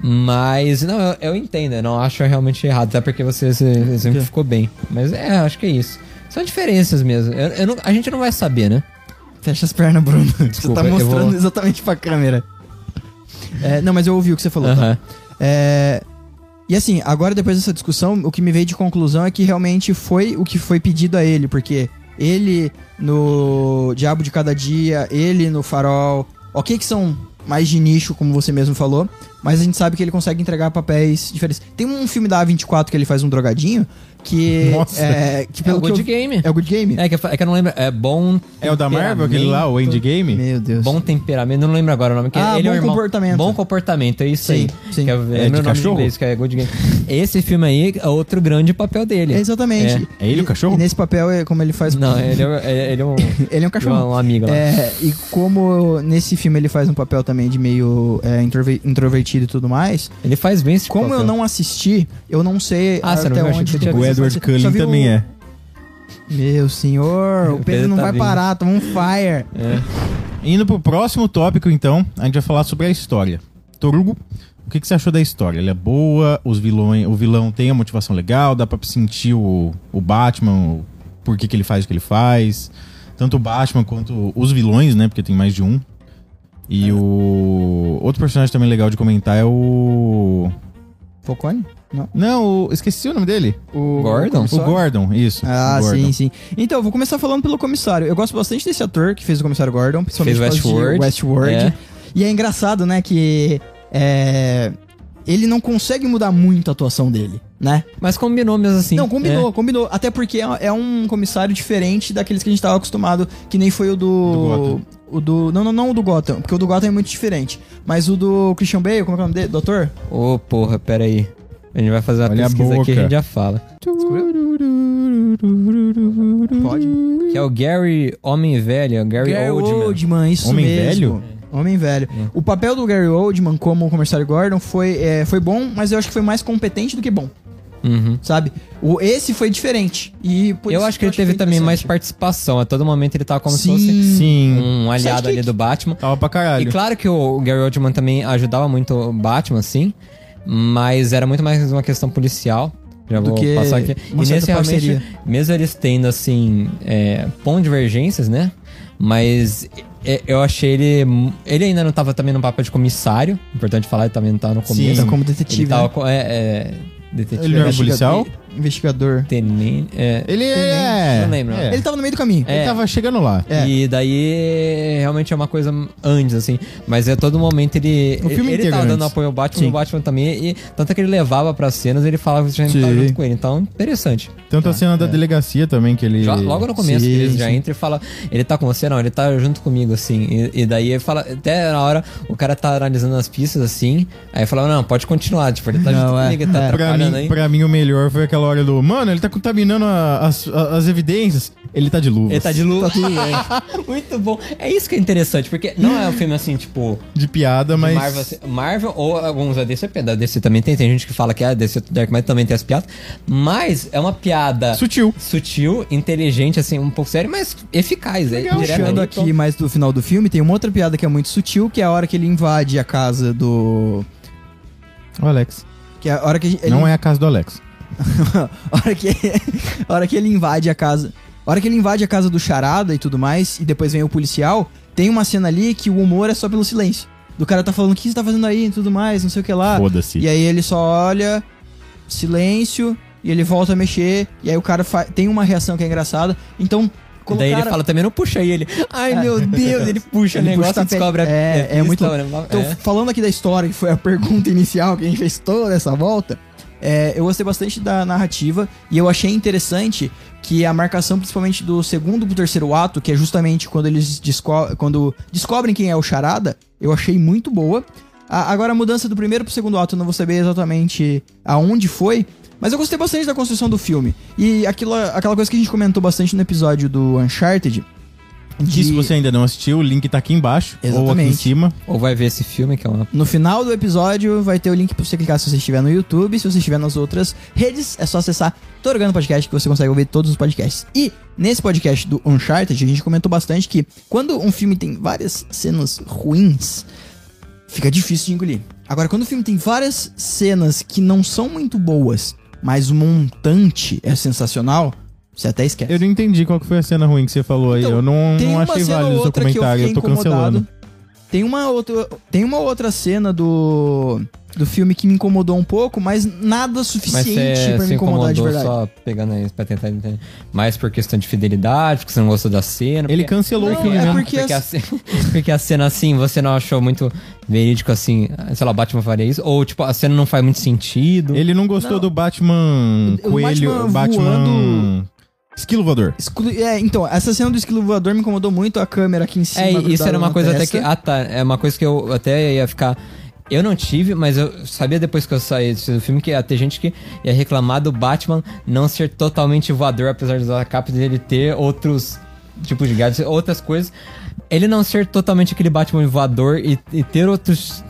Speaker 2: Mas, não, eu, eu entendo, eu não acho realmente errado, até porque você se- exemplificou bem. Mas é, acho que é isso. São diferenças mesmo. Eu- eu não- a gente não vai saber, né?
Speaker 3: Fecha as pernas, Bruno. você
Speaker 2: Desculpa,
Speaker 3: tá
Speaker 2: eu
Speaker 3: mostrando
Speaker 2: vou-
Speaker 3: exatamente pra câmera. É, não, mas eu ouvi o que você falou. tá?
Speaker 2: Aham.
Speaker 3: É, E assim, agora depois dessa discussão, o que me veio de conclusão é que realmente foi o que foi pedido a ele, porque ele no Diabo de Cada Dia, ele no Farol, ok que são mais de nicho, como você mesmo falou, mas a gente sabe que ele consegue entregar papéis diferentes. Tem um filme da A24 que ele faz um drogadinho, que
Speaker 1: Nossa.
Speaker 3: é... Que
Speaker 2: É
Speaker 3: pelo
Speaker 2: o Good
Speaker 3: que eu-
Speaker 2: Game.
Speaker 3: É o Good Game?
Speaker 2: É que, eu, fa- é que eu não lembro. É bom.
Speaker 1: É o da Marvel, aquele lá, o
Speaker 2: Endgame.
Speaker 1: Endgame?
Speaker 3: Meu Deus.
Speaker 2: Bom temperamento, eu não lembro agora o nome. Que
Speaker 3: Ah,
Speaker 2: ele é o
Speaker 3: bom
Speaker 2: irmão.
Speaker 3: comportamento.
Speaker 2: Bom comportamento, é isso
Speaker 3: Sim,
Speaker 2: aí.
Speaker 3: sim.
Speaker 2: Que é,
Speaker 1: É
Speaker 2: é
Speaker 1: de
Speaker 2: meu nome em
Speaker 1: cachorro?
Speaker 2: inglês, que é Good Game. Esse filme aí é outro grande papel dele.
Speaker 3: É, Exatamente.
Speaker 1: É. É ele o
Speaker 3: E-
Speaker 1: cachorro?
Speaker 3: E nesse papel, é como ele faz...
Speaker 2: Não, ele é, é- ele é um,
Speaker 3: Ele é um cachorro.
Speaker 2: um amigo lá.
Speaker 3: É, e como nesse filme ele faz um papel também de meio é, introver- introvertido e tudo mais,
Speaker 2: Ele faz bem esse
Speaker 3: como
Speaker 2: papel.
Speaker 3: eu não assisti, eu não sei
Speaker 2: Ah, você
Speaker 3: até
Speaker 2: não viu? Achei
Speaker 3: onde...
Speaker 2: que você tinha
Speaker 1: é? O
Speaker 2: visto.
Speaker 1: Edward
Speaker 3: Só
Speaker 1: Cullen
Speaker 3: vi o-
Speaker 1: também é.
Speaker 3: Meu senhor, o
Speaker 2: O
Speaker 3: Pedro
Speaker 2: Pedro
Speaker 3: não
Speaker 2: tá
Speaker 3: vai
Speaker 2: vindo.
Speaker 3: parar, toma um fire.
Speaker 2: É.
Speaker 1: Indo pro próximo tópico, então, a gente vai falar sobre a história. Torugo, o que, que você achou da história? Ela é boa, os vilões, o vilão tem a motivação legal, dá pra sentir o, o Batman, o, por que, que ele faz o que ele faz. Tanto o Batman quanto os vilões, né? Porque tem mais de um.
Speaker 2: É.
Speaker 1: E o. Outro personagem também legal de comentar é o.
Speaker 3: Focone? Não.
Speaker 1: Não, o... esqueci o nome dele.
Speaker 3: O
Speaker 2: Gordon?
Speaker 1: O Gordon, isso.
Speaker 3: Ah,
Speaker 1: o Gordon.
Speaker 3: sim, sim. Então, vou começar falando pelo comissário. Eu gosto bastante desse ator que fez o comissário Gordon, principalmente
Speaker 2: Fez
Speaker 3: por causa de
Speaker 2: Westworld.
Speaker 3: Westworld.
Speaker 2: É.
Speaker 3: E é engraçado, né, que é, ele não consegue mudar muito a atuação dele, né?
Speaker 2: Mas combinou mesmo assim.
Speaker 3: não, combinou, combinou. Até porque é, é um comissário diferente daqueles que a gente tava acostumado, que nem foi o do...
Speaker 1: Do
Speaker 3: o do... Não, não, não o do Gotham, porque o do Gotham é muito diferente. Mas o do Christian Bale, como é que é o nome dele? Doutor?
Speaker 2: É. Ô, porra, pera aí. A gente vai fazer uma
Speaker 1: Olha a
Speaker 2: pesquisa aqui e a
Speaker 1: boca.
Speaker 2: gente já fala.
Speaker 3: Pode.
Speaker 2: Que é o Gary Homem Velho, é o Gary,
Speaker 3: Gary
Speaker 2: Oldman. É.
Speaker 3: Oldman, isso
Speaker 1: Homem
Speaker 3: mesmo.
Speaker 1: velho?
Speaker 3: Homem velho. O papel do Gary Oldman como comerciário Gordon foi, é, foi bom, mas eu acho que foi mais competente do que bom,
Speaker 2: Uhum.
Speaker 3: sabe? O, esse foi diferente. E por
Speaker 2: Eu
Speaker 3: isso
Speaker 2: acho que ele teve
Speaker 3: foi
Speaker 2: também mais
Speaker 3: interessante.
Speaker 2: participação. A todo momento ele tava como se
Speaker 3: Sim.
Speaker 2: fosse
Speaker 1: Sim.
Speaker 2: um aliado
Speaker 3: Sidekick.
Speaker 2: ali do Batman.
Speaker 1: Tava pra
Speaker 2: E
Speaker 1: caralho.
Speaker 2: claro que o Gary Oldman também ajudava muito o Batman, sim. Mas era muito mais uma questão policial. Já
Speaker 3: Do
Speaker 2: vou
Speaker 3: que
Speaker 2: passar aqui.
Speaker 3: uma
Speaker 2: E
Speaker 3: certa
Speaker 2: nesse realmente,
Speaker 3: parceria.
Speaker 2: mesmo eles tendo, assim, é, pão divergências, né? Mas é, eu achei ele... mu- Ele ainda não tava também no papel de comissário. Importante falar, ele também não tava no
Speaker 1: Sim.
Speaker 2: começo.
Speaker 3: Ele tá como
Speaker 2: ele
Speaker 3: detetive.
Speaker 2: tava
Speaker 3: né? um
Speaker 2: co- é, é, detetive.
Speaker 1: Ele não era
Speaker 2: acho que
Speaker 1: policial?
Speaker 3: Investigador.
Speaker 2: tenen- é,
Speaker 1: Ele é.
Speaker 2: Não lembro.
Speaker 1: É.
Speaker 3: Ele tava no meio do caminho.
Speaker 1: Ele tava chegando lá.
Speaker 3: É.
Speaker 2: E daí realmente é uma coisa antes, assim. Mas a todo momento ele.
Speaker 1: O filme
Speaker 2: ele
Speaker 1: inteiro
Speaker 2: tava
Speaker 1: antes.
Speaker 2: dando apoio ao Batman,
Speaker 1: Sim.
Speaker 2: o Batman também. E tanto é que ele levava pras cenas, ele falava que já
Speaker 3: Sim.
Speaker 2: tava junto com ele. Então, interessante.
Speaker 3: Tá,
Speaker 1: Tanto a cena
Speaker 3: é.
Speaker 1: da delegacia também, que ele.
Speaker 2: Já- logo no começo,
Speaker 1: Sim,
Speaker 2: que ele já
Speaker 1: sim.
Speaker 2: entra e fala: Ele tá com você? Não, ele tá junto comigo, assim. E, e daí ele fala: Até na hora o cara tá analisando as pistas, assim. Aí fala: Não, pode continuar. Tipo, ele tá
Speaker 3: Não,
Speaker 2: junto
Speaker 3: é,
Speaker 2: comigo, ele tá
Speaker 3: é.
Speaker 1: Pra
Speaker 2: atrapalhando
Speaker 1: mim,
Speaker 2: aí.
Speaker 1: pra mim, o melhor foi aquela hora do. Mano, ele tá contaminando a- as, a- as evidências. Ele tá de luvas.
Speaker 2: Ele tá de lua. Muito bom. É isso que é interessante, porque não é um filme assim, tipo.
Speaker 1: De piada,
Speaker 2: De
Speaker 1: mas.
Speaker 2: Marvel, assim, Marvel ou alguns da DC, porque da DC também tem, tem gente que fala que a DC é tudo Dark, mas também tem as piadas. Mas é uma piada
Speaker 1: Sutil.
Speaker 2: sutil, inteligente, assim, um pouco séria, mas eficaz. É direto
Speaker 3: Puxando
Speaker 2: ali,
Speaker 3: aqui mais do final do filme, tem uma outra piada que é muito sutil, que é a hora que ele invade a casa do.
Speaker 1: O Alex.
Speaker 3: Que é a hora que ele
Speaker 1: Não é a casa do Alex.
Speaker 3: a hora que a hora que ele invade a casa, a hora que ele invade a casa do Charada e tudo mais e depois vem o policial, tem uma cena ali que o humor é só pelo silêncio. Do cara tá falando o que você tá fazendo aí e tudo mais, não sei o que lá.
Speaker 1: Foda-se.
Speaker 3: Ah, E é aí ele só olha, silêncio, e ele volta a mexer, e aí o cara fa- tem uma reação que é engraçada. Então,
Speaker 2: então. Daí
Speaker 3: colocaram...
Speaker 2: ele fala também, não puxa aí ele. Ai, meu Deus, ele puxa o
Speaker 3: Ele
Speaker 2: negócio
Speaker 3: puxa o
Speaker 2: e descobre a
Speaker 3: tapete. É,
Speaker 2: a
Speaker 3: é
Speaker 2: pista,
Speaker 3: muito-
Speaker 2: né?
Speaker 3: Então,
Speaker 2: É.
Speaker 3: falando aqui da história, que foi a pergunta inicial que a gente fez toda essa volta, é, eu gostei bastante da narrativa e eu achei interessante que a marcação, principalmente do segundo pro terceiro ato, que é justamente quando eles desco- quando descobrem quem é o Charada, eu achei muito boa. A- agora, a mudança do primeiro pro segundo ato, eu não vou saber exatamente aonde foi, mas eu gostei bastante da construção do filme. E aquilo, aquela coisa que a gente comentou bastante no episódio do Uncharted.
Speaker 1: Que se
Speaker 3: de-
Speaker 1: você ainda não assistiu, o link tá aqui embaixo. Ou aqui em
Speaker 3: Exatamente.
Speaker 1: cima.
Speaker 2: Ou vai ver esse filme, que é uma.
Speaker 3: No final do episódio vai ter o link pra você clicar se você estiver no YouTube. Se você estiver nas outras redes, é só acessar Torgando Podcast que você consegue ouvir todos os podcasts. E nesse podcast do Uncharted, a gente comentou bastante que quando um filme tem várias cenas ruins, fica difícil de engolir. Agora, quando o filme tem várias cenas que não são muito boas, mas o montante é sensacional, você até esquece.
Speaker 1: Eu não entendi qual que foi a cena ruim que você falou aí.
Speaker 3: Então,
Speaker 1: eu não,
Speaker 3: Tem
Speaker 1: não
Speaker 3: uma
Speaker 1: achei
Speaker 3: cena ou
Speaker 1: válido o seu
Speaker 3: outra que eu
Speaker 1: comentário. Eu,
Speaker 3: fiquei
Speaker 1: tô cancelando.
Speaker 3: incomodado. Tem uma, outra, tem uma outra cena do, do filme que me incomodou um pouco, mas nada
Speaker 2: Mas
Speaker 3: suficiente
Speaker 2: você
Speaker 3: pra
Speaker 2: se
Speaker 3: me incomodar de
Speaker 2: incomodou
Speaker 3: verdade.
Speaker 2: só pegando aí pra tentar entender. Mais por questão de fidelidade, porque você não gostou da cena.
Speaker 1: Ele
Speaker 2: porque-
Speaker 1: cancelou
Speaker 3: Não,
Speaker 1: o filme
Speaker 3: é
Speaker 1: mesmo.
Speaker 3: porque
Speaker 2: né? Porque,
Speaker 3: a-
Speaker 2: a... ce- porque a cena assim, você não achou muito verídico assim, sei lá, Batman faria isso? Ou tipo, a cena não faz muito sentido.
Speaker 1: Ele não gostou
Speaker 3: Não.
Speaker 1: do Batman
Speaker 3: O
Speaker 1: Coelho.
Speaker 3: Batman
Speaker 1: Batman.
Speaker 3: voando-
Speaker 1: Esquilo voador.
Speaker 3: Exclu- é, então, essa cena do esquilo voador me incomodou muito, a câmera aqui em cima.
Speaker 2: É, isso
Speaker 3: grudada
Speaker 2: era uma
Speaker 3: na
Speaker 2: coisa até
Speaker 3: testa.
Speaker 2: que. Ah, tá. É uma coisa que eu até ia ficar. Eu não tive, mas eu sabia depois que eu saí do filme que ia ter gente que ia reclamar do Batman não ser totalmente voador, apesar de usar a capa dele ter outros tipos de gadgets, outras coisas. Ele não ser totalmente aquele Batman voador e, e ter outros,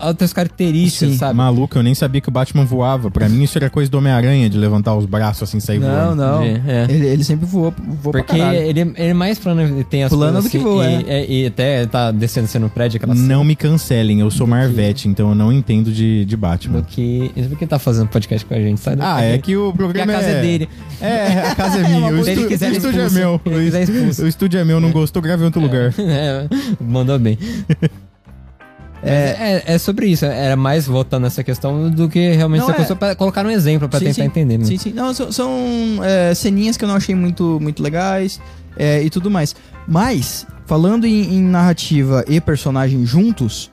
Speaker 2: outras características,
Speaker 3: Sim.
Speaker 2: sabe?
Speaker 1: Maluco, eu nem sabia que o Batman voava. Pra mim, isso era coisa do Homem-Aranha, de levantar os braços assim e sair
Speaker 3: Não,
Speaker 1: voando.
Speaker 3: não.
Speaker 2: É, é.
Speaker 3: Ele, ele sempre voou, voou pra
Speaker 2: Porque
Speaker 3: caralho.
Speaker 2: ele, é, ele mais plano ele tem as
Speaker 3: Plano
Speaker 2: coisas
Speaker 3: do que
Speaker 2: assim,
Speaker 3: voa, né?
Speaker 2: e, e- e até tá descendo sendo no prédio aquela cena
Speaker 1: Não me cancelem, eu sou Marvete, então eu não entendo de, de
Speaker 2: do
Speaker 1: Batman.
Speaker 2: que. Isso porque tá fazendo podcast com a gente, sabe?
Speaker 1: Ah, é que o
Speaker 2: Porque a
Speaker 1: programa
Speaker 2: casa é dele.
Speaker 1: É, a casa é
Speaker 2: É uma
Speaker 1: minha. o,
Speaker 2: boa- Se ele
Speaker 1: estu-
Speaker 2: quiser,
Speaker 1: o
Speaker 2: ele
Speaker 1: estúdio é
Speaker 2: expulsa.
Speaker 1: meu.
Speaker 2: Ele quiser, expulsa.
Speaker 1: O estúdio é meu, não gostou, gravei em outro lugar.
Speaker 2: É, mandou bem. É, é, sobre isso, era mais voltando nessa questão do que realmente
Speaker 3: Não,
Speaker 2: você
Speaker 3: é-
Speaker 2: começou pra colocar um exemplo pra
Speaker 3: Sim,
Speaker 2: tentar
Speaker 3: sim.
Speaker 2: entender. né?
Speaker 3: Sim, sim. Não, são, são, é, ceninhas que eu não achei muito, muito legais é, e tudo mais. Mas, falando em, em narrativa e personagem juntos,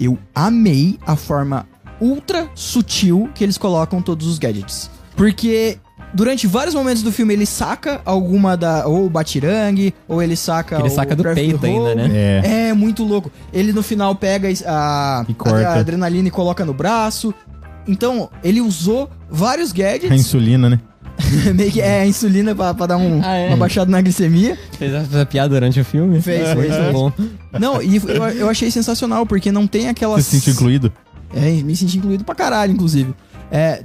Speaker 3: eu amei a forma ultra sutil que eles colocam todos os gadgets. Porque durante vários momentos do filme ele saca alguma da. Ou o Batirangue, ou ele saca.
Speaker 2: Que ele
Speaker 3: o
Speaker 2: saca do
Speaker 3: Breath of the
Speaker 2: peito ainda,
Speaker 3: Wild.
Speaker 2: né?
Speaker 1: É.
Speaker 3: É, muito louco. Ele no final pega a,
Speaker 1: E corta.
Speaker 3: a adrenalina e coloca no braço. Então, ele usou vários
Speaker 1: A
Speaker 3: gadgets.
Speaker 1: insulina, né?
Speaker 3: meio que é a insulina pra, pra dar um,
Speaker 2: Ah, é?
Speaker 3: uma baixada na glicemia.
Speaker 2: Fez essa piada durante o filme?
Speaker 3: Fez,
Speaker 2: Ah,
Speaker 3: fez,
Speaker 2: muito
Speaker 3: fez.
Speaker 2: bom.
Speaker 3: Não, e eu, eu achei sensacional, porque não tem aquelas.
Speaker 1: Você se sentiu incluído?
Speaker 3: É, me senti incluído pra caralho, inclusive. É,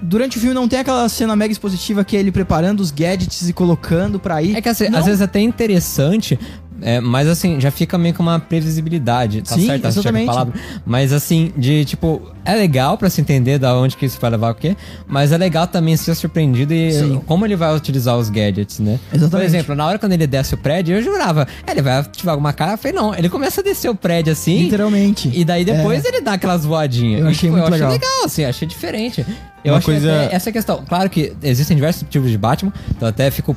Speaker 3: durante o filme não tem aquela cena mega expositiva que é ele preparando os gadgets e colocando pra ir.
Speaker 2: É que assim,
Speaker 3: Não.
Speaker 2: às vezes até é interessante, é, mas assim, já fica meio que uma previsibilidade, tá
Speaker 3: Sim,
Speaker 2: certo? Tá certa
Speaker 3: exatamente.
Speaker 2: palavra. Mas assim, de tipo, é legal pra se entender da onde que isso vai levar o quê, mas é legal também ser surpreendido e
Speaker 3: Sim.
Speaker 2: como ele vai utilizar os gadgets, né?
Speaker 3: Exatamente.
Speaker 2: Por exemplo, na hora quando ele desce o prédio, eu jurava, "É, ele vai ativar alguma cara, eu falei, não, ele começa a descer o prédio assim.
Speaker 3: Literalmente.
Speaker 2: E daí depois ele dá aquelas voadinhas.
Speaker 3: É. Eu
Speaker 2: E, tipo,
Speaker 3: achei muito
Speaker 2: eu
Speaker 3: legal.
Speaker 2: achei legal, assim, achei diferente. Eu
Speaker 1: Uma
Speaker 2: achei
Speaker 1: coisa-
Speaker 2: até essa questão. Claro que existem diversos tipos de Batman, então até fico.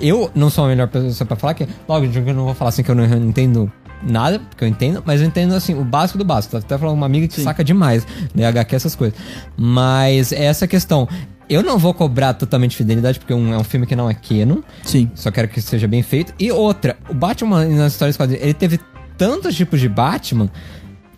Speaker 2: Eu não sou a melhor pessoa pra falar, que logo de um que eu não vou falar assim que eu não entendo nada, porque eu entendo, mas eu entendo assim, o básico do básico. Tô Até falando com uma amiga que saca demais, né? HQ, essas coisas. Mas é essa questão. Eu não vou cobrar totalmente fidelidade, porque um- é um filme que não é canon.
Speaker 3: Sim.
Speaker 2: Só quero que seja bem feito. E outra, o Batman nas histórias quadrinhos, ele teve tantos tipos de Batman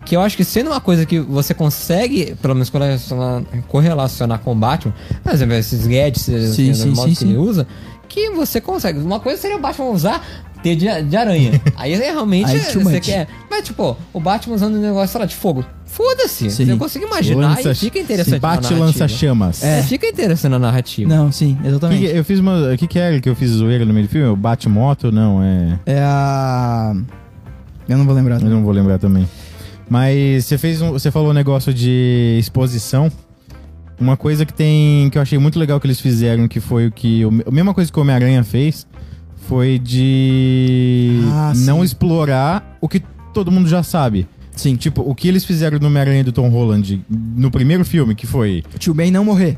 Speaker 2: que eu acho que sendo uma coisa que você consegue, pelo menos correlacionar, correlacionar com o Batman, por exemplo, esses gadgets,
Speaker 3: Sim,
Speaker 2: assim,
Speaker 3: sim,
Speaker 2: modo
Speaker 3: sim,
Speaker 2: que
Speaker 3: sim.
Speaker 2: ele usa, que você consegue. Uma coisa seria o Batman usar T de, de aranha. Aí é realmente
Speaker 3: Aí, too
Speaker 2: você
Speaker 3: much.
Speaker 2: quer. Mas tipo, o Batman usando um negócio sei lá, de fogo. Foda-se.
Speaker 3: Sim.
Speaker 2: Você consegue imaginar e
Speaker 1: Lança-
Speaker 2: Ah, fica interessante. na
Speaker 1: Bate
Speaker 2: narrativa.
Speaker 1: lança-chamas.
Speaker 2: É, fica interessante na narrativa.
Speaker 3: Não, sim,
Speaker 1: Que que-
Speaker 3: exatamente.
Speaker 1: eu fiz uma. O que, que era que eu fiz zoeira no meio do filme? Eu bate moto? Não, é.
Speaker 3: É a. Eu não vou lembrar.
Speaker 1: Eu não vou lembrar também. Mas você fez um, você falou um negócio de exposição. Uma coisa que tem que eu achei muito legal que eles fizeram, que foi o que o- a mesma coisa que o Homem-Aranha fez, foi de
Speaker 3: Ah, sim.
Speaker 1: não explorar o que todo mundo já sabe.
Speaker 3: Sim.
Speaker 1: Tipo, o que eles fizeram no Homem-Aranha do Tom Holland no primeiro filme, que foi
Speaker 3: O tio Ben não morrer.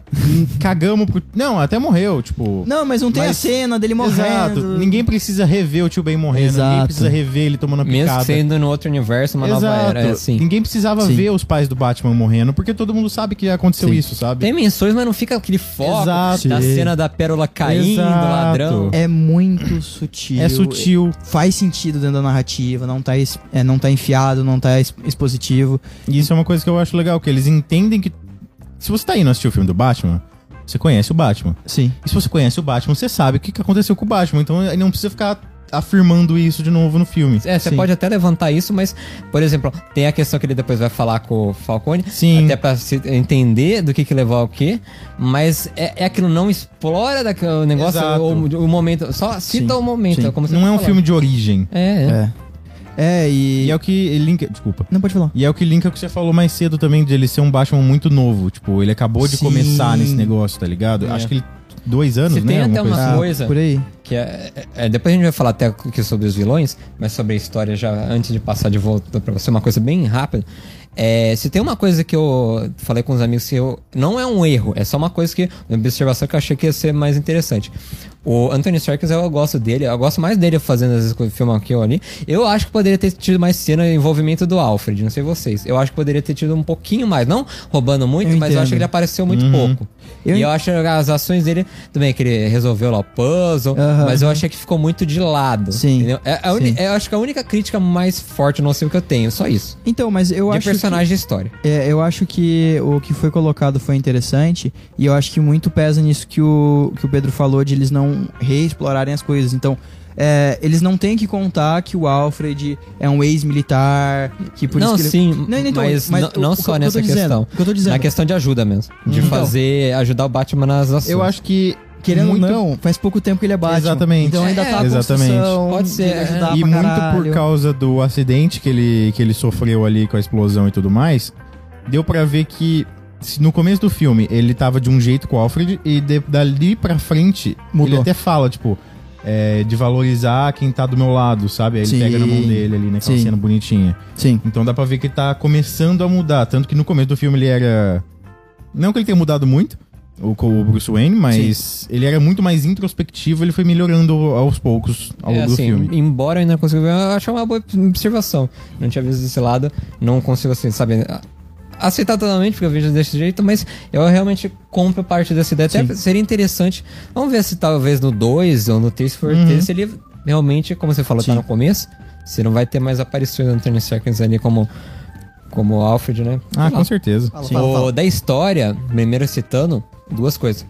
Speaker 1: cagamos pro não, até morreu, tipo,
Speaker 3: Não, mas não tem
Speaker 1: Mas-
Speaker 3: a cena dele morrendo.
Speaker 1: Exato. Ninguém precisa rever o tio Ben morrendo. Ninguém
Speaker 3: Exato.
Speaker 1: precisa rever ele tomando a
Speaker 2: Mesmo
Speaker 1: picada.
Speaker 2: que sendo no outro universo, uma nova
Speaker 1: Exato.
Speaker 2: era, é assim.
Speaker 1: Ninguém precisava
Speaker 3: Sim.
Speaker 1: ver os pais do Batman morrendo, porque todo mundo sabe que aconteceu
Speaker 3: Sim.
Speaker 1: isso, sabe?
Speaker 2: Tem menções, mas não fica aquele foco
Speaker 1: Exato.
Speaker 2: da cena da pérola caindo,
Speaker 1: Exato.
Speaker 2: ladrão.
Speaker 3: É muito sutil.
Speaker 1: É sutil.
Speaker 3: Faz sentido dentro da narrativa, não tá, es- é, não tá enfiado, não tá es- expositivo.
Speaker 1: E isso é uma coisa que eu acho legal, que eles entendem que. Se você tá indo assistir o filme do Batman, você conhece o Batman.
Speaker 3: Sim.
Speaker 1: E se você conhece o Batman, você sabe o que que aconteceu com o Batman. Então aí não precisa ficar afirmando isso de novo no filme.
Speaker 2: É, você
Speaker 3: Sim.
Speaker 2: pode até levantar isso, mas, por exemplo, tem a questão que ele depois vai falar com o Falcone,
Speaker 1: Sim.
Speaker 2: até pra se entender do que, que levar ao quê, mas é, é aquilo não explora daque- o negócio,
Speaker 1: Exato.
Speaker 2: ou o, momento, só cita
Speaker 3: Sim,
Speaker 2: o momento.
Speaker 3: sim.
Speaker 2: Como você tá
Speaker 1: Não é um
Speaker 2: falou.
Speaker 1: filme de origem.
Speaker 2: É, é.
Speaker 3: É. É, e.
Speaker 1: E é o que linka. Desculpa.
Speaker 3: Não pode falar.
Speaker 1: E é o que linka com o que você falou mais cedo também, de ele ser um Batman muito novo. Tipo, ele acabou de
Speaker 3: Sim.
Speaker 1: começar nesse negócio, tá ligado?
Speaker 2: É.
Speaker 1: Acho que ele. Dois anos,
Speaker 2: Se
Speaker 1: né?
Speaker 2: tem
Speaker 1: Alguma
Speaker 2: até uma
Speaker 1: coisa
Speaker 2: Ah, coisa.
Speaker 3: Por aí.
Speaker 2: Que é, é- é- depois a gente vai falar até que sobre os vilões, mas sobre a história já antes de passar de volta pra você, uma coisa bem rápida. É, se tem uma coisa que eu falei com os amigos que eu, não é um erro, é só uma coisa que, uma observação que eu achei que ia ser mais interessante. O Anthony Serkis, eu gosto dele, eu gosto mais dele fazendo as filme aqui ou ali. Eu acho que poderia ter tido mais cena e envolvimento do Alfred, não sei vocês. Eu acho que poderia ter tido um pouquinho mais, não roubando muito,
Speaker 3: Eu
Speaker 2: mas eu acho que
Speaker 3: entendo.
Speaker 2: ele apareceu muito pouco.
Speaker 3: Uhum. Eu
Speaker 2: e
Speaker 3: en-
Speaker 2: eu acho as ações dele, tudo bem que ele resolveu lá o puzzle,
Speaker 3: Aham.
Speaker 2: mas eu achei que ficou muito de lado.
Speaker 3: Sim.
Speaker 2: entendeu? É a uni-
Speaker 3: Sim.
Speaker 2: Eu acho que a única crítica mais forte no filme que eu tenho, só isso.
Speaker 3: Então, mas eu
Speaker 2: de
Speaker 3: acho.
Speaker 2: personagem e história.
Speaker 3: que- é, eu acho que o que foi colocado foi interessante. E eu acho que muito pesa nisso que o, que o Pedro falou de eles não reexplorarem as coisas. Então. é, eles não têm que contar que o Alfred é um ex-militar, que por
Speaker 2: não,
Speaker 3: isso que ele-
Speaker 2: sim,
Speaker 3: Não, então,
Speaker 2: mas,
Speaker 3: mas
Speaker 2: não,
Speaker 3: o-
Speaker 2: não
Speaker 3: o que
Speaker 2: só
Speaker 3: eu tô
Speaker 2: nessa
Speaker 3: dizendo,
Speaker 2: questão.
Speaker 3: o que eu tô dizendo.
Speaker 2: Na questão de ajuda mesmo. De
Speaker 3: Então.
Speaker 2: fazer, ajudar o Batman nas ações.
Speaker 1: Eu acho que.
Speaker 3: Querendo
Speaker 1: muito,
Speaker 3: ou não, faz pouco tempo que ele é Batman.
Speaker 1: Exatamente.
Speaker 3: Então ainda
Speaker 2: É,
Speaker 3: tá a
Speaker 1: exatamente. é,
Speaker 3: construção,
Speaker 2: Pode ser,
Speaker 3: dele ajudar
Speaker 1: E
Speaker 3: pra
Speaker 1: muito por
Speaker 3: caralho.
Speaker 1: causa do acidente que ele, que ele sofreu ali com a explosão e tudo mais, deu pra ver que se no começo do filme ele tava de um jeito com o Alfred e de- dali pra frente
Speaker 3: Mudou.
Speaker 1: ele até fala, tipo, é, é, de valorizar quem tá do meu lado, sabe? Aí ele
Speaker 3: Sim.
Speaker 1: pega na mão dele ali, naquela
Speaker 3: Sim.
Speaker 1: cena bonitinha.
Speaker 3: Sim.
Speaker 1: Então dá pra ver que ele tá começando a mudar. Tanto que no começo do filme ele era. Não que ele tenha mudado muito, o, o Bruce Wayne, mas ele era muito mais introspectivo, ele foi melhorando aos poucos ao
Speaker 2: É,
Speaker 1: longo
Speaker 2: assim,
Speaker 1: do filme.
Speaker 2: Embora eu ainda não consiga ver, eu acho uma boa observação. Não tinha visto desse lado, não consigo, assim, sabe, a- aceitar totalmente, porque eu vejo desse jeito, mas eu realmente compro parte dessa ideia. Até seria interessante, vamos ver se talvez no 2 ou no 3, se for
Speaker 1: Uhum.
Speaker 2: ter, se ele realmente, como você falou, tá
Speaker 3: Sim.
Speaker 2: no começo, se não vai ter mais aparições do Anthony Serkins ali como, como Alfred, né?
Speaker 1: Ah,
Speaker 2: Sei lá.
Speaker 1: com certeza.
Speaker 3: Fala,
Speaker 2: Sim.
Speaker 3: fala,
Speaker 2: O-
Speaker 3: fala.
Speaker 2: Da história, primeiro citando, duas coisas.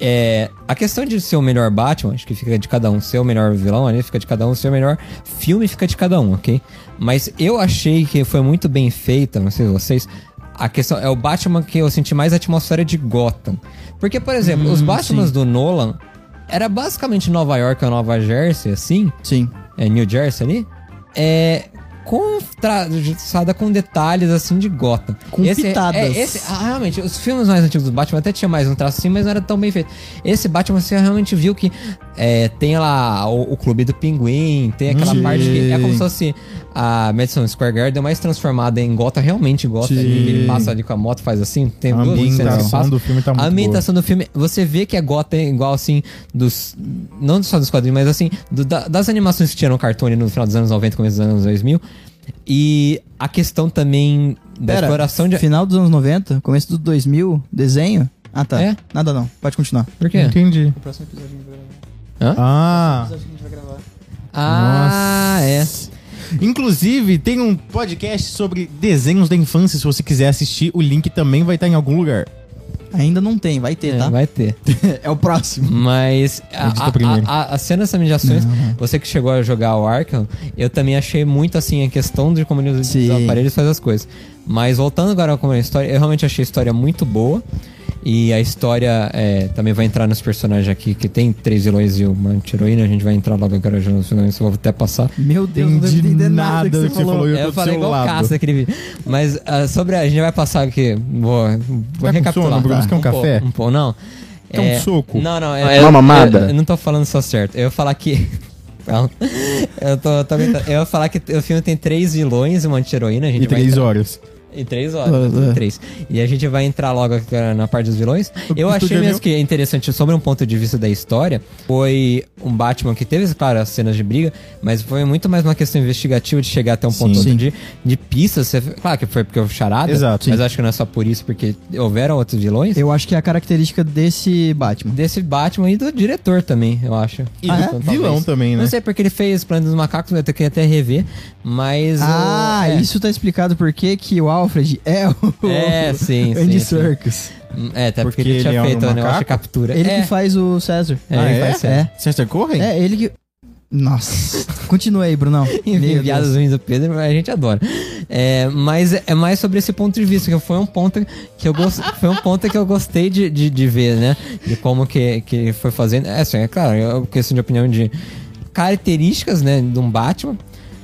Speaker 2: É, a questão de ser o melhor Batman, acho que fica de cada um. Ser o melhor vilão, ali fica de cada um. Ser o melhor filme, fica de cada um, ok? Mas eu achei que foi muito bem feita, não sei vocês. A questão é o Batman que eu senti mais a atmosfera de Gotham. Porque, por exemplo, os Batmans do Nolan era basicamente Nova York ou Nova Jersey, assim
Speaker 3: Sim.
Speaker 2: é, New Jersey ali, é contrastada com detalhes assim de Gotham.
Speaker 3: Com pitadas.
Speaker 2: É, esse, ah, realmente, os filmes mais antigos do Batman até tinha mais um traço assim, mas não era tão bem feito. Esse Batman você realmente viu que é, tem lá o, o clube do pinguim, tem aquela
Speaker 1: Sim.
Speaker 2: parte que é como se fosse a Madison Square Garden é mais transformada em Gotham, realmente Gotham,
Speaker 1: Sim.
Speaker 2: ali, que ele passa ali com a moto, faz assim, tem
Speaker 1: A
Speaker 2: duas cenas que
Speaker 1: ambientação
Speaker 2: passa.
Speaker 1: do filme tá muito
Speaker 2: A ambientação do filme, você vê que a Gotham é igual assim, dos. Não só dos quadrinhos, mas assim, do- da- das animações que tinham no cartoon no final dos anos 90, começo dos anos 2000. E a questão também da
Speaker 3: Pera,
Speaker 2: exploração de.
Speaker 3: Final dos anos 90, começo dos 2000, desenho. Ah, tá.
Speaker 2: É?
Speaker 3: Nada não. Pode continuar.
Speaker 1: boa.
Speaker 2: Por quê?
Speaker 1: Entendi.
Speaker 3: Próximo episódio a gente vai gravar.
Speaker 1: Ah.
Speaker 3: que a gente vai gravar.
Speaker 2: Ah, é.
Speaker 1: Inclusive, tem um podcast sobre desenhos da infância. Se você quiser assistir, o link também vai estar em algum lugar.
Speaker 3: Ainda não tem, vai ter,
Speaker 2: É,
Speaker 3: tá?
Speaker 2: Vai ter.
Speaker 3: é o próximo.
Speaker 2: Mas a,
Speaker 1: Edita
Speaker 2: a- a-
Speaker 1: primeiro.
Speaker 2: a- as cenas também de ações, você que chegou a jogar o Arkham, eu também achei muito assim a questão de como ele usa
Speaker 3: Sim.
Speaker 2: os aparelhos faz as coisas. Mas voltando agora com a história, eu realmente achei a história muito boa. E a história é, também vai entrar nos personagens aqui, que tem três vilões e uma anti-heroína. A gente vai entrar logo agora já nos vilões, eu vou até passar.
Speaker 3: Meu Deus, não
Speaker 1: Entendi
Speaker 3: deve entender nada, que
Speaker 1: nada
Speaker 3: você
Speaker 1: que você
Speaker 3: falou.
Speaker 1: falou. Eu
Speaker 2: É,
Speaker 1: tô
Speaker 2: eu
Speaker 1: do
Speaker 2: falei
Speaker 1: seu
Speaker 2: igual
Speaker 1: lado.
Speaker 2: caça aquele vídeo. Mas ah, sobre. A a gente vai passar aqui. Vou, vou
Speaker 1: Tá com sono,
Speaker 2: recapitular.
Speaker 1: Bruno? Você quer um
Speaker 2: pouco,
Speaker 1: café?
Speaker 2: Um pouco, não.
Speaker 1: Quer um soco?
Speaker 2: Não, não. É,
Speaker 4: Uma
Speaker 2: eu-
Speaker 4: mamada?
Speaker 2: Eu, eu não tô falando só certo. Eu ia falar que. Não. Eu tô, tô aguentando. Eu ia falar que o filme tem três vilões e uma anti-heroína. a gente
Speaker 1: E
Speaker 2: vai
Speaker 1: três
Speaker 2: entrar- Ah,
Speaker 1: horas.
Speaker 2: E três horas.
Speaker 1: é.
Speaker 3: Ah, ah.
Speaker 2: Três. E a gente vai entrar logo aqui na parte dos vilões.
Speaker 1: estúdio
Speaker 2: Eu achei
Speaker 1: é
Speaker 2: mesmo
Speaker 1: meu.
Speaker 2: que é interessante sobre um ponto de vista da história. Foi um Batman que teve, claro, as cenas de briga, mas foi muito mais uma questão investigativa de chegar até um ponto
Speaker 1: Sim.
Speaker 2: outro de, de pistas. Você- Claro que foi porque houve charada.
Speaker 1: Exato,
Speaker 2: Mas
Speaker 1: sim.
Speaker 2: acho que não é só por isso, porque houveram outros vilões.
Speaker 3: Eu acho que é a característica desse Batman.
Speaker 2: Desse Batman e do diretor também, eu acho. Ah, é?
Speaker 1: E do vilão também, né?
Speaker 2: Não sei porque ele fez Plano dos Macacos, eu tenho que até rever, mas. o-
Speaker 3: Ah,
Speaker 2: é.
Speaker 3: isso tá explicado por que que o Alfred é o
Speaker 2: É, sim, sim,
Speaker 3: Andy
Speaker 2: sim.
Speaker 3: Serkis.
Speaker 2: É, até porque,
Speaker 1: Porque
Speaker 2: ele tinha
Speaker 1: ele é um
Speaker 2: feito o negócio de
Speaker 1: macaco?
Speaker 2: captura.
Speaker 3: Ele
Speaker 2: é.
Speaker 3: que faz o César.
Speaker 2: É,
Speaker 1: Ah,
Speaker 2: ele
Speaker 1: é?
Speaker 2: faz certo.
Speaker 3: É,
Speaker 1: César Corre?
Speaker 3: é ele que... Nossa. Continua aí, Brunão.
Speaker 2: Enfim,
Speaker 3: Meu
Speaker 2: piadas
Speaker 3: Deus.
Speaker 2: ruins do Pedro, mas a gente adora. É, mas é mais sobre esse ponto de vista, que foi um ponto que eu, gos- foi um ponto que eu gostei de, de, de ver, né? De como que, que foi fazendo. É, assim, é claro, é uma questão de opinião de características, né? De um Batman.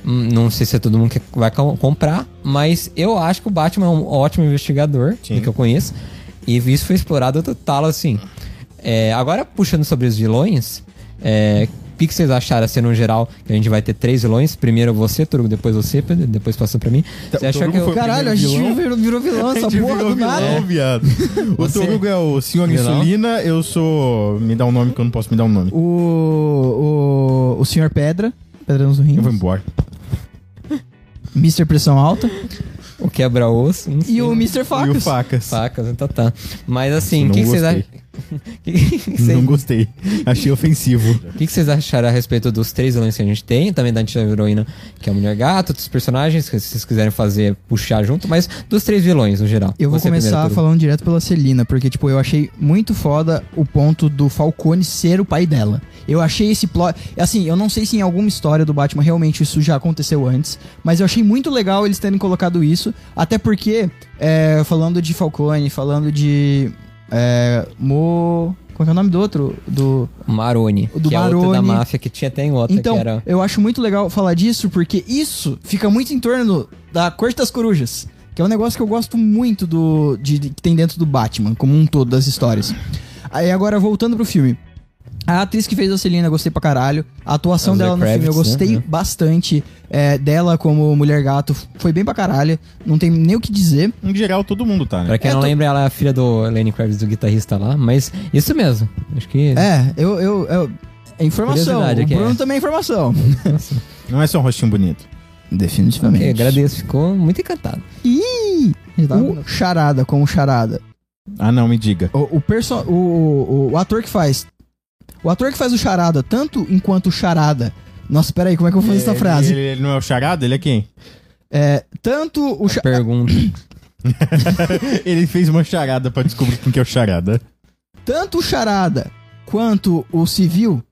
Speaker 2: Hum, Não sei se é todo mundo que vai com- comprar, mas eu acho que o Batman é um ótimo investigador,
Speaker 1: Sim.
Speaker 2: do que eu conheço. E isso foi explorado do talo, assim. É, agora, puxando sobre os vilões, é, o que, que vocês acharam, assim, no geral? Que a gente vai ter três vilões. Primeiro você, Torugo, depois você, Pedro, depois passando pra mim.
Speaker 1: Tá,
Speaker 2: Você
Speaker 1: o
Speaker 2: achou
Speaker 1: Torugo
Speaker 2: que eu...
Speaker 1: foi o
Speaker 3: Caralho, a
Speaker 1: primeiro
Speaker 3: gente
Speaker 1: é vilão?
Speaker 3: virou, virou vilão essa porra do nada.
Speaker 1: É, viado. O
Speaker 2: Você-
Speaker 1: Torugo é o senhor
Speaker 2: Vilão?
Speaker 1: insulina, eu sou... Me dá um nome que eu não posso me dar um nome.
Speaker 3: O, o, o Sr. Pedra, Pedra nos
Speaker 1: Eu
Speaker 3: Rins,
Speaker 1: vou embora.
Speaker 3: Mr. Pressão Alta
Speaker 2: o quebra-osso? não sei.
Speaker 3: e o Mr.
Speaker 1: E o
Speaker 3: Facas.
Speaker 1: Facas.
Speaker 2: Facas, então tá. Mas assim,
Speaker 1: Não
Speaker 2: o que, que vocês
Speaker 1: gostei.
Speaker 2: acham? O que, que vocês-
Speaker 1: Não gostei. Achei ofensivo.
Speaker 2: o que que vocês acharam a respeito dos três vilões que a gente tem? Também da anti-heroína, que é a Mulher Gato, outros personagens que vocês quiserem fazer, puxar junto, mas dos três vilões no geral.
Speaker 3: Eu vou
Speaker 2: Você é primeiro,
Speaker 3: começar
Speaker 2: Torugo.
Speaker 3: falando direto pela Celina, porque, tipo, eu achei muito foda o ponto do Falcone ser o pai dela. Eu achei esse plot. Assim, eu não sei se em alguma história do Batman realmente isso já aconteceu antes, mas eu achei muito legal eles terem colocado isso, até porque, é, falando de Falcone, falando de. É, Mo. Qual que é o nome do outro? Do.
Speaker 2: Maroni,
Speaker 3: O do
Speaker 2: que é outro da
Speaker 3: Maroni.
Speaker 2: máfia, que tinha até em outra,
Speaker 3: Então,
Speaker 2: que era...
Speaker 3: eu acho muito legal falar disso, porque isso fica muito em torno da Corte das Corujas. Que é um negócio que eu gosto muito do. De, de- que tem dentro do Batman, como um todo das histórias. Aí agora, voltando pro filme. A atriz que fez a Celina, eu gostei pra caralho. A atuação
Speaker 2: A Zoe
Speaker 3: dela no filme, eu
Speaker 2: Kravitz, né?
Speaker 3: gostei
Speaker 2: É.
Speaker 3: bastante. É, dela como Mulher Gato, foi bem pra caralho. Não tem nem o que dizer.
Speaker 1: Em geral, todo mundo tá, né?
Speaker 2: Pra quem
Speaker 3: É,
Speaker 2: não
Speaker 3: tô-
Speaker 2: lembra, ela é a filha do Lenny Kravitz, do guitarrista lá. Mas isso mesmo. Acho que.
Speaker 3: É, eu. eu, eu- é
Speaker 2: Uhum.
Speaker 3: informação.
Speaker 2: Curiosidade
Speaker 3: O
Speaker 2: aqui,
Speaker 3: Bruno
Speaker 2: é.
Speaker 3: também é informação.
Speaker 1: Não é só um rostinho bonito.
Speaker 3: Definitivamente.
Speaker 2: Eu agradeço, ficou muito encantado.
Speaker 3: Ih! O Charada, como Charada.
Speaker 1: Ah, não, me diga.
Speaker 3: O, o, perso o, o, o ator que faz. O ator que faz o Charada, tanto enquanto o Charada. Nossa, peraí, como é que eu vou fazer essa
Speaker 1: Ele-
Speaker 3: frase?
Speaker 1: Ele, ele não é o charada? Ele é quem?
Speaker 3: É, tanto o. Cha-
Speaker 2: Pergunta.
Speaker 1: ele fez uma charada pra descobrir quem que é o charada.
Speaker 3: tanto o Charada quanto o Civil.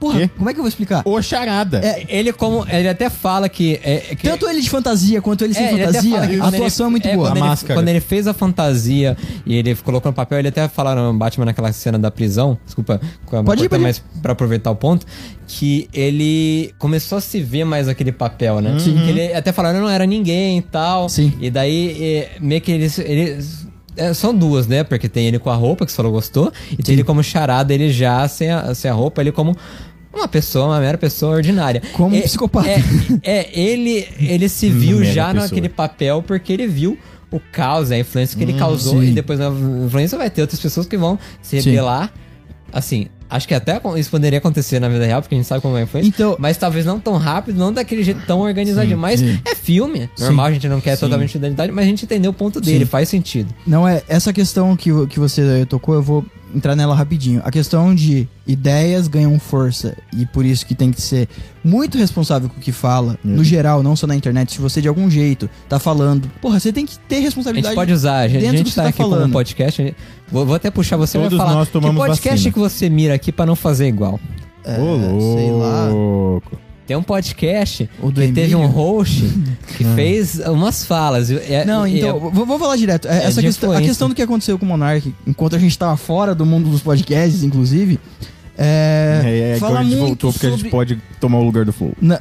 Speaker 3: Porra,
Speaker 1: Quê?
Speaker 3: como é que eu vou explicar?
Speaker 1: O charada.
Speaker 3: É,
Speaker 2: ele como. Ele até fala que. É, que
Speaker 3: Tanto ele de fantasia quanto ele sem
Speaker 2: É, ele até
Speaker 3: fantasia,
Speaker 2: fala que
Speaker 3: a
Speaker 2: quando
Speaker 3: atuação é
Speaker 2: ele-
Speaker 3: muito boa.
Speaker 2: Quando
Speaker 1: A
Speaker 2: ele,
Speaker 1: máscara.
Speaker 2: quando ele fez a fantasia e ele colocou no papel, ele até falaram no Batman naquela cena da prisão, desculpa, com a-
Speaker 3: Pode ir,
Speaker 2: cortar,
Speaker 3: pode ir.
Speaker 2: mas pra aproveitar o ponto, que ele começou a se ver mais aquele papel, né?
Speaker 3: Sim.
Speaker 2: Que ele até falaram, eu não era ninguém e tal.
Speaker 3: Uhum. Sim.
Speaker 2: E daí, é, meio que ele... ele- é, são duas, né? Porque tem ele com a roupa, que você falou gostou, e tem ele como charada, ele já sem a, sem a roupa, ele como... Uma pessoa, uma mera pessoa ordinária.
Speaker 3: Como um
Speaker 2: É-
Speaker 3: psicopata.
Speaker 2: é, é, ele, ele se
Speaker 1: Uma
Speaker 2: viu
Speaker 1: mera
Speaker 2: já
Speaker 1: pessoa.
Speaker 2: naquele papel porque ele viu o caos, a influência que ele causou.
Speaker 3: Hum, sim.
Speaker 2: E depois na influência vai ter outras pessoas que vão se
Speaker 3: Sim.
Speaker 2: rebelar. Assim, acho que até isso poderia acontecer na vida real, porque a gente sabe como é a influência.
Speaker 3: Então-
Speaker 2: mas talvez não tão rápido, não daquele jeito tão organizadinho. mas é filme. Normal, a gente não quer totalmente identidade, mas a gente entendeu o ponto dele, faz sentido.
Speaker 3: Não é essa questão que, vo- que você tocou, eu vou entrar nela rapidinho. A questão de ideias ganham força e por isso que tem que ser muito responsável com o que fala,
Speaker 2: Uhum.
Speaker 3: no geral, não só na internet. Se você de algum jeito tá falando, porra, você tem que ter
Speaker 2: A gente
Speaker 3: responsabilidade.
Speaker 2: pode usar, a gente, a
Speaker 3: dentro do
Speaker 2: gente
Speaker 3: que
Speaker 2: tá,
Speaker 3: você tá
Speaker 2: aqui com um
Speaker 3: falando.
Speaker 2: podcast. a gente- Vou, vou até puxar você vai
Speaker 1: Todos
Speaker 2: falar.
Speaker 1: nós tomamos
Speaker 2: que podcast
Speaker 1: vacina.
Speaker 2: que você mira aqui pra não fazer igual?
Speaker 3: É,
Speaker 1: Ô,
Speaker 3: sei lá.
Speaker 1: louco.
Speaker 2: Tem um podcast
Speaker 3: O do
Speaker 2: que teve
Speaker 3: Emílio? Ah.
Speaker 2: um host que fez umas falas. viu? É-
Speaker 3: Não,
Speaker 2: é-
Speaker 3: então, vou, vou falar direto. É,
Speaker 2: é
Speaker 3: essa
Speaker 2: de
Speaker 3: questão, a
Speaker 2: influência.
Speaker 3: questão do que aconteceu com o Monark, enquanto a gente tava fora do mundo dos podcasts, inclusive, é,
Speaker 1: É, é, agora
Speaker 3: fala
Speaker 1: a gente
Speaker 3: muito
Speaker 1: voltou porque a
Speaker 3: sobre-
Speaker 1: gente pode tomar o lugar do Flow.
Speaker 3: Na-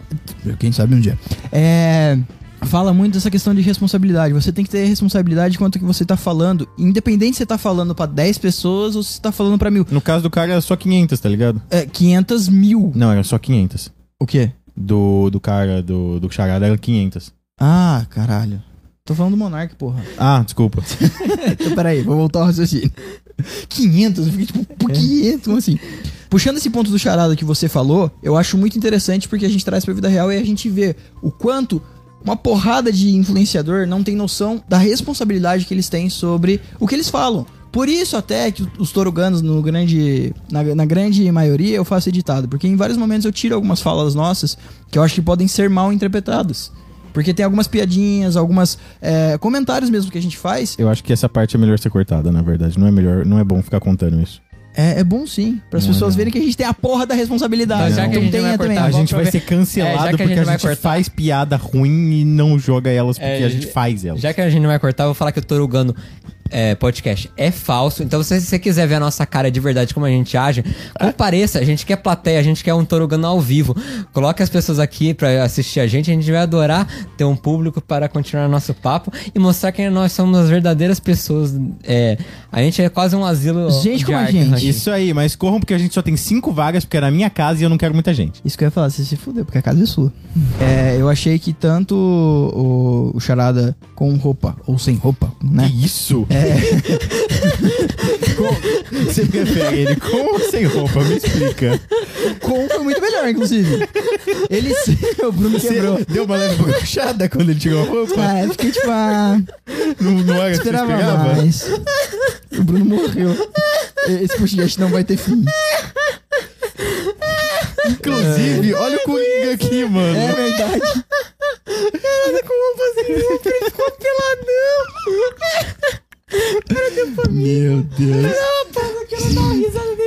Speaker 3: Quem sabe um dia. É, Fala muito dessa questão de responsabilidade. Você tem que ter responsabilidade quanto que você tá falando. Independente se você tá falando pra 10 pessoas ou se você tá falando pra mil.
Speaker 1: No caso do cara, era só 500, tá ligado?
Speaker 3: É, 500 mil.
Speaker 1: Não, era só 500.
Speaker 3: O quê?
Speaker 1: Do, do cara, do, do charada, era 500.
Speaker 3: Ah, caralho. Tô falando do Monark, porra.
Speaker 1: Ah, desculpa.
Speaker 3: Então, peraí, vou voltar ao raciocínio. 500, eu fiquei tipo, por 500, como assim? Puxando esse ponto do charada que você falou, eu acho muito interessante porque a gente traz pra vida real e a gente vê o quanto uma porrada de influenciador não tem noção da responsabilidade que eles têm sobre o que eles falam. Por isso até que os toruganos, no grande, na, na grande maioria, eu faço editado. Porque em vários momentos eu tiro algumas falas nossas que eu acho que podem ser mal interpretadas. Porque tem algumas piadinhas, algumas é, comentários mesmo que a gente faz
Speaker 1: Eu acho que essa parte é melhor ser cortada, na verdade. Não é melhor, não é bom ficar contando isso.
Speaker 3: É, é bom sim, para as
Speaker 1: Não,
Speaker 3: pessoas
Speaker 1: não.
Speaker 3: verem que a gente tem a porra da responsabilidade.
Speaker 1: Não, já que a
Speaker 2: gente
Speaker 3: tem
Speaker 2: vai
Speaker 3: é também.
Speaker 2: cortar,
Speaker 1: a
Speaker 2: bom
Speaker 1: gente
Speaker 2: pra
Speaker 1: vai
Speaker 2: Tá, ver.
Speaker 1: ser
Speaker 2: É, já
Speaker 1: cancelado
Speaker 2: que a
Speaker 1: porque a
Speaker 2: gente vai
Speaker 1: gente
Speaker 2: cortar.
Speaker 1: faz piada ruim e não joga elas porque
Speaker 2: É,
Speaker 1: a gente faz elas.
Speaker 2: Já que a gente não vai cortar, eu vou falar que o Torugano é, podcast é falso. Então, se você quiser ver a nossa cara de verdade, como a gente age, compareça. A gente quer plateia, a gente quer um Torugano ao vivo. Coloque as pessoas aqui pra assistir a gente. A gente vai adorar ter um público para continuar nosso papo e mostrar que nós somos as verdadeiras pessoas. É, a gente é quase um asilo.
Speaker 3: Gente
Speaker 2: de
Speaker 3: como a
Speaker 2: arte,
Speaker 3: gente.
Speaker 2: né?
Speaker 1: Isso aí, mas corram porque a gente só tem cinco vagas, porque é na minha casa e eu não quero muita gente.
Speaker 3: Isso que eu ia falar, você se fudeu, porque a casa é sua. É, eu achei que tanto o, o Charada com roupa ou sem roupa, né?
Speaker 1: Que isso? É. Com- Você prefere ele com ou sem roupa? Me explica.
Speaker 3: Com foi muito melhor, inclusive. Ele se- o Bruno quebrou.
Speaker 1: Você deu uma leve brochada quando ele tirou a roupa?
Speaker 3: Ah, eu fiquei tipo, ah,
Speaker 1: Não, não era o que você
Speaker 3: esperava
Speaker 1: esperava?
Speaker 3: mais. O Bruno morreu. Esse podcast não vai ter fim.
Speaker 1: Inclusive, olha o Coringa aqui, mano.
Speaker 3: É verdade.
Speaker 1: Meu Deus.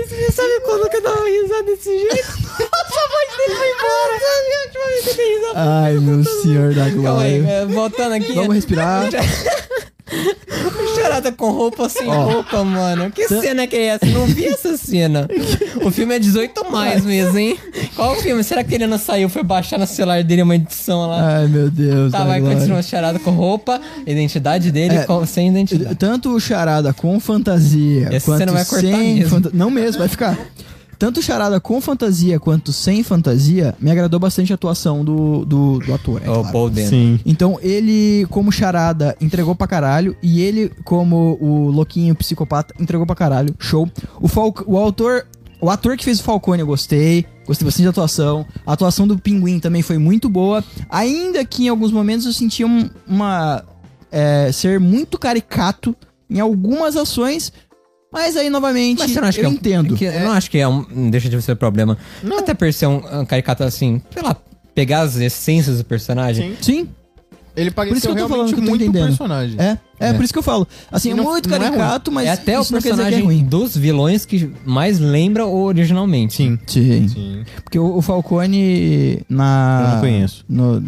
Speaker 2: Você sabe quando que eu dava risada desse jeito? Nossa, a voz dele foi embora. Sabe a última vez que eu dei risada?
Speaker 3: Ai, meu senhor da
Speaker 2: Calma aí,
Speaker 3: glória.
Speaker 2: é, voltando aqui.
Speaker 3: Vamos respirar.
Speaker 2: Charada com roupa sem
Speaker 3: Ó.
Speaker 2: roupa, mano. Que cena que é essa? Não vi essa cena. O filme é 18 mais mesmo, hein? Qual o filme? Será que ele não saiu? Foi baixar no celular dele uma edição lá.
Speaker 3: Ai, meu Deus.
Speaker 2: tá,
Speaker 3: da
Speaker 2: vai
Speaker 3: Ah, glória.
Speaker 2: continuar charada com roupa, identidade dele,
Speaker 3: É,
Speaker 2: com- sem identidade.
Speaker 3: Tanto o charada com fantasia
Speaker 2: Esse
Speaker 3: quanto
Speaker 2: você não vai cortar
Speaker 3: sem
Speaker 2: mesmo.
Speaker 3: fanta- Não mesmo, vai ficar. Tanto charada com fantasia quanto sem fantasia, me agradou bastante a atuação do, do, do ator. É
Speaker 2: O
Speaker 3: claro.
Speaker 2: Paul Dano.
Speaker 1: Sim.
Speaker 3: Então ele, como charada, entregou pra caralho. E ele, como o louquinho psicopata, entregou pra caralho. Show. O, Falc o autor. O ator que fez o Falcone eu gostei. Gostei bastante da atuação. A atuação do Pinguim também foi muito boa. Ainda que em alguns momentos eu sentia um- uma. é, ser muito caricato em algumas ações. Mas aí, novamente,
Speaker 2: Mas você não acha
Speaker 3: eu
Speaker 2: que é um-
Speaker 3: entendo.
Speaker 2: que Eu não acho que é um, não deixa de ser problema. Até por ser um, um caricato assim, sei lá, pegar as essências do personagem.
Speaker 1: Sim.
Speaker 3: Sim,
Speaker 1: Ele
Speaker 3: isso que eu
Speaker 1: pareceu
Speaker 3: tô falando
Speaker 1: realmente
Speaker 3: que eu tô
Speaker 1: muito
Speaker 3: entendendo.
Speaker 1: personagem.
Speaker 3: é. É,
Speaker 2: É.
Speaker 3: por isso que eu falo. Assim,
Speaker 1: E
Speaker 3: é
Speaker 1: não-
Speaker 3: muito
Speaker 1: não é ruim.
Speaker 3: caricato, mas
Speaker 2: é até o
Speaker 3: isso não quer dizer que é
Speaker 2: personagem
Speaker 3: ruim.
Speaker 2: dos vilões que mais lembra o originalmente.
Speaker 1: Sim.
Speaker 3: Sim.
Speaker 1: Sim.
Speaker 3: Porque o, o Falcone na.
Speaker 1: Eu não conheço.
Speaker 3: no-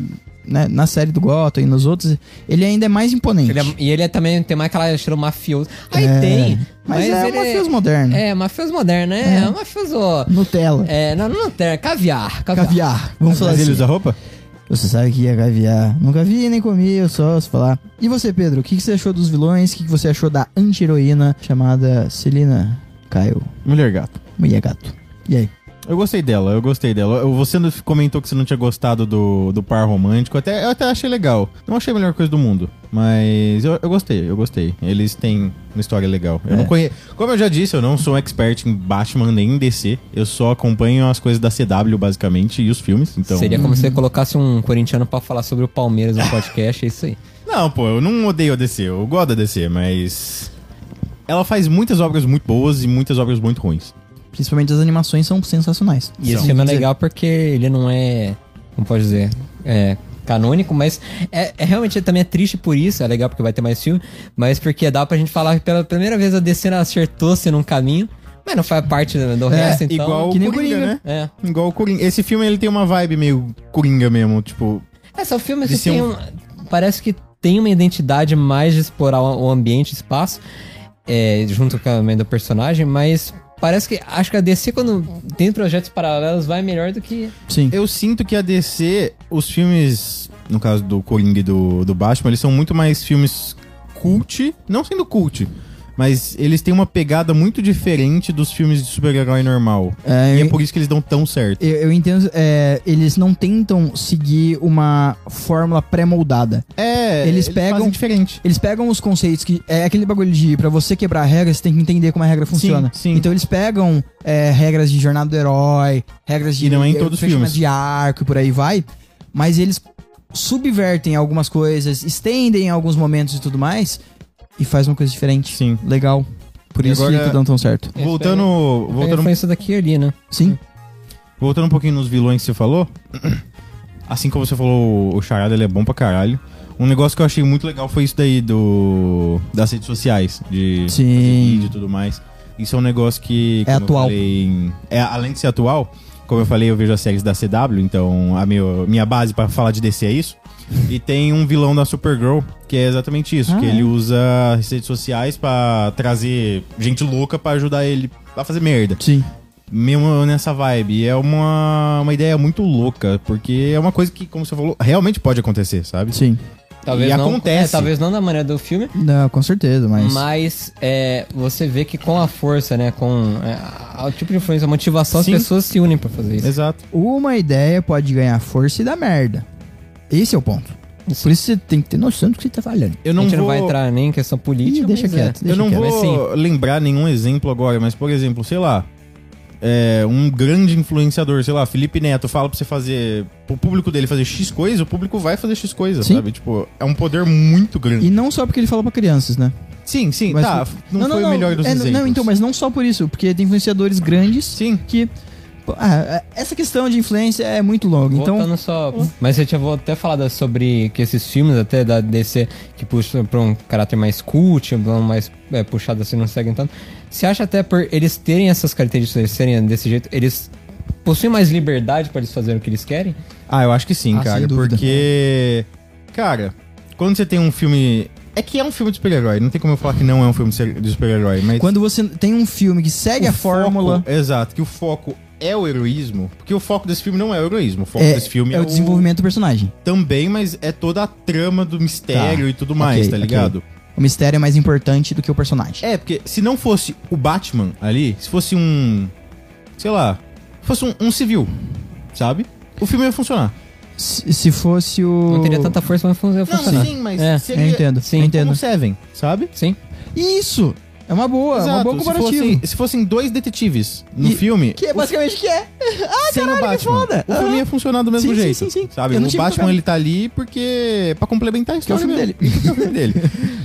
Speaker 3: né, na série do Gotham e nos outros, ele ainda é mais imponente.
Speaker 2: Ele é- e ele é também tem mais aquela estilo mafioso. Aí
Speaker 3: É,
Speaker 2: tem,
Speaker 3: Mas,
Speaker 2: mas,
Speaker 3: é
Speaker 2: ele
Speaker 3: um mafioso moderno.
Speaker 2: é mafioso moderno, né? É,
Speaker 3: É.
Speaker 2: mafioso.
Speaker 3: Nutella.
Speaker 2: É, não, não tem, caviar, caviar.
Speaker 3: Caviar. Vamos falar
Speaker 1: Mas ele
Speaker 3: assim.
Speaker 1: usa roupa?
Speaker 3: Você sabe que é caviar. Nunca vi nem comi, eu só se falar. E você, Pedro, o que, que você achou dos vilões? O que, que você achou da anti-heroína chamada Celina Kyle?
Speaker 1: Mulher gato.
Speaker 3: Mulher gato. E aí?
Speaker 1: Eu gostei dela, eu gostei dela. Eu- Você não- comentou que você não tinha gostado do, do par romântico. Até, eu até achei legal. Não achei a melhor coisa do mundo. Mas eu, eu gostei, eu gostei. Eles têm uma história legal.
Speaker 3: É.
Speaker 1: Eu não conheço. Como eu já disse, eu não sou um expert em Batman nem em DC. Eu só acompanho as coisas da CW, basicamente, e os filmes. Então.
Speaker 2: Seria
Speaker 3: Uhum.
Speaker 2: como se você colocasse um corintiano pra falar sobre o Palmeiras no podcast, é isso aí.
Speaker 1: Não, pô, eu não odeio a DC. Eu gosto da DC, mas. Ela faz muitas obras muito boas e muitas obras muito ruins.
Speaker 3: Principalmente as animações são sensacionais.
Speaker 2: E esse
Speaker 3: Sim,
Speaker 2: filme é
Speaker 3: dizer.
Speaker 2: legal porque ele não é, como pode dizer, é canônico, mas é, é realmente também é triste por isso, é legal porque vai ter mais filme, mas porque dá pra gente falar que pela primeira vez a DC acertou-se num caminho, mas não faz parte do, do resto, então...
Speaker 1: É, Igual o
Speaker 3: que nem o
Speaker 1: Coringa,
Speaker 3: Coringa.
Speaker 1: né?
Speaker 2: É.
Speaker 1: Igual o Coringa. Esse filme ele tem uma vibe meio Coringa mesmo, tipo,
Speaker 2: É, são filmes
Speaker 1: De
Speaker 2: que
Speaker 1: ser
Speaker 2: tem
Speaker 1: um-
Speaker 2: um... Parece que tem uma identidade mais de explorar o o ambiente, o espaço, é, junto com a mãe do personagem, mas parece que... Acho que a DC, quando tem projetos paralelos, vai melhor do que...
Speaker 3: Sim.
Speaker 1: Eu sinto que a DC, os filmes, no caso do Coringa e do, do Batman, eles são muito mais filmes cult, não sendo cult, mas eles têm uma pegada muito diferente dos filmes de super-herói normal.
Speaker 3: É,
Speaker 1: E é por isso que eles dão tão certo.
Speaker 3: Eu, eu entendo, é, eles não tentam seguir uma fórmula pré-moldada.
Speaker 1: É,
Speaker 3: Eles pegam-
Speaker 1: fazem diferente.
Speaker 3: Eles pegam os conceitos que. É aquele bagulho de pra você quebrar a regra, você tem que entender como a regra funciona.
Speaker 1: sim.
Speaker 3: Então eles pegam é, regras de jornada do herói, regras de.
Speaker 1: E não é em
Speaker 3: é,
Speaker 1: todos os
Speaker 3: fechamento
Speaker 1: filmes.
Speaker 3: De arco e por aí vai. Mas eles subvertem algumas coisas, estendem alguns momentos e tudo mais. E faz uma coisa diferente.
Speaker 1: Sim.
Speaker 3: Legal. Por
Speaker 1: E
Speaker 3: isso
Speaker 1: agora-
Speaker 3: que dão tão certo.
Speaker 1: Voltando, voltando, um
Speaker 2: Foi isso daqui e ali, né?
Speaker 3: Sim.
Speaker 1: voltando um pouquinho nos vilões que você falou, assim como você falou, o Charada ele é bom pra caralho. Um negócio que eu achei muito legal foi isso daí do das redes sociais, de
Speaker 3: Sim.
Speaker 1: vídeo e tudo mais. Isso é um negócio que.
Speaker 3: É
Speaker 1: como eu
Speaker 3: atual.
Speaker 1: falei, em- é, além de ser atual, como eu falei, eu vejo as séries da CW, então a meu, minha base pra falar de DC é isso. E tem um vilão da Supergirl, que é exatamente isso,
Speaker 3: Ah,
Speaker 1: que
Speaker 3: é?
Speaker 1: ele usa as redes sociais pra trazer gente louca pra ajudar ele a fazer merda.
Speaker 3: Sim.
Speaker 1: Mesmo nessa vibe. E é uma, uma ideia muito louca, porque é uma coisa que, como você falou, realmente pode acontecer, sabe?
Speaker 3: Sim.
Speaker 2: Talvez
Speaker 1: E
Speaker 2: não,
Speaker 1: acontece.
Speaker 2: é, talvez não da maneira do filme,
Speaker 3: Não, com certeza, mas.
Speaker 2: mas é, você vê que com a força, né? Com é, a- o tipo de influência, a motivação,
Speaker 1: Sim.
Speaker 2: as pessoas se unem pra fazer isso.
Speaker 1: Exato.
Speaker 3: Uma ideia pode ganhar força e dar merda. Esse é o ponto.
Speaker 2: Isso.
Speaker 3: Por isso você tem que ter noção do que você tá falando.
Speaker 1: Eu não
Speaker 2: a gente
Speaker 1: vou...
Speaker 2: não vai entrar nem em questão política,
Speaker 3: Ih, deixa
Speaker 2: mas é.
Speaker 3: quieto.
Speaker 1: eu não
Speaker 3: quieto.
Speaker 2: mas
Speaker 1: vou lembrar nenhum exemplo agora, mas, por exemplo, sei lá, é, um grande influenciador, sei lá, Felipe Neto, fala pra você fazer, pro público dele fazer X coisa, o público vai fazer X coisa,
Speaker 3: Sim.
Speaker 1: sabe? Tipo, é um poder muito grande.
Speaker 3: E não só porque ele fala pra crianças, né?
Speaker 1: Sim, sim,
Speaker 3: Mas-
Speaker 1: tá. Não, foi o melhor dos
Speaker 3: É,
Speaker 1: exemplos.
Speaker 3: Não, então, mas não só por isso, porque tem influenciadores grandes
Speaker 1: Sim.
Speaker 3: que. pô, ah, essa questão de influência é muito longa. Então,
Speaker 2: Voltando só. Mas eu tinha vou até falado sobre que esses filmes, até da DC, que puxam pra um caráter mais cult, pra um mais é, puxado assim, não seguem tanto. Você acha até por eles terem essas características, eles serem desse jeito, eles possuem mais liberdade pra eles fazerem o que eles querem?
Speaker 1: Ah, eu acho que sim,
Speaker 3: Ah,
Speaker 1: cara.
Speaker 3: sem dúvida.
Speaker 1: Porque. Cara, quando você tem um filme. É que é um filme de super-herói. Não tem como eu falar que não é um filme de ser- de super-herói, mas.
Speaker 3: quando você tem um filme que segue
Speaker 1: o
Speaker 3: a fórmula.
Speaker 1: Foco, exato, que o foco é o heroísmo. Porque o foco desse filme não é o heroísmo. O foco
Speaker 3: É,
Speaker 1: desse filme
Speaker 3: é o desenvolvimento do personagem.
Speaker 1: Também, mas é toda a trama do mistério
Speaker 3: Tá,
Speaker 1: e tudo mais,
Speaker 3: ok,
Speaker 1: tá
Speaker 3: ok.
Speaker 1: ligado?
Speaker 3: O mistério é mais importante do que o personagem.
Speaker 1: É, porque se não fosse o Batman ali, se fosse um. sei lá, fosse um, um civil, sabe? O filme ia funcionar.
Speaker 3: Se, se fosse o.
Speaker 2: Não teria tanta força, mas fun- ia funcionar.
Speaker 1: sim, mas
Speaker 3: É,
Speaker 1: seria
Speaker 3: eu entendo.
Speaker 2: Sim.
Speaker 3: eu
Speaker 1: como
Speaker 3: entendo.
Speaker 1: Seven, sabe?
Speaker 2: Sim.
Speaker 3: Isso! É uma boa, é uma boa
Speaker 1: se, assim.
Speaker 3: comparativa.
Speaker 1: fossem, se fossem dois detetives no
Speaker 3: E-
Speaker 1: filme,
Speaker 3: Que é basicamente que é.
Speaker 1: sem o
Speaker 3: caralho, que
Speaker 1: Batman,
Speaker 3: foda.
Speaker 1: o filme
Speaker 3: Aham.
Speaker 1: ia funcionar do mesmo
Speaker 3: Sim, sim,
Speaker 1: jeito,
Speaker 3: sim, sim.
Speaker 1: sabe?
Speaker 3: Eu não
Speaker 1: O
Speaker 3: tive
Speaker 1: Batman,
Speaker 3: tocado.
Speaker 1: ele tá ali porque... pra complementar a
Speaker 3: Que é o
Speaker 1: história
Speaker 3: filme
Speaker 1: mesmo.
Speaker 3: dele.
Speaker 1: Que é o filme dele.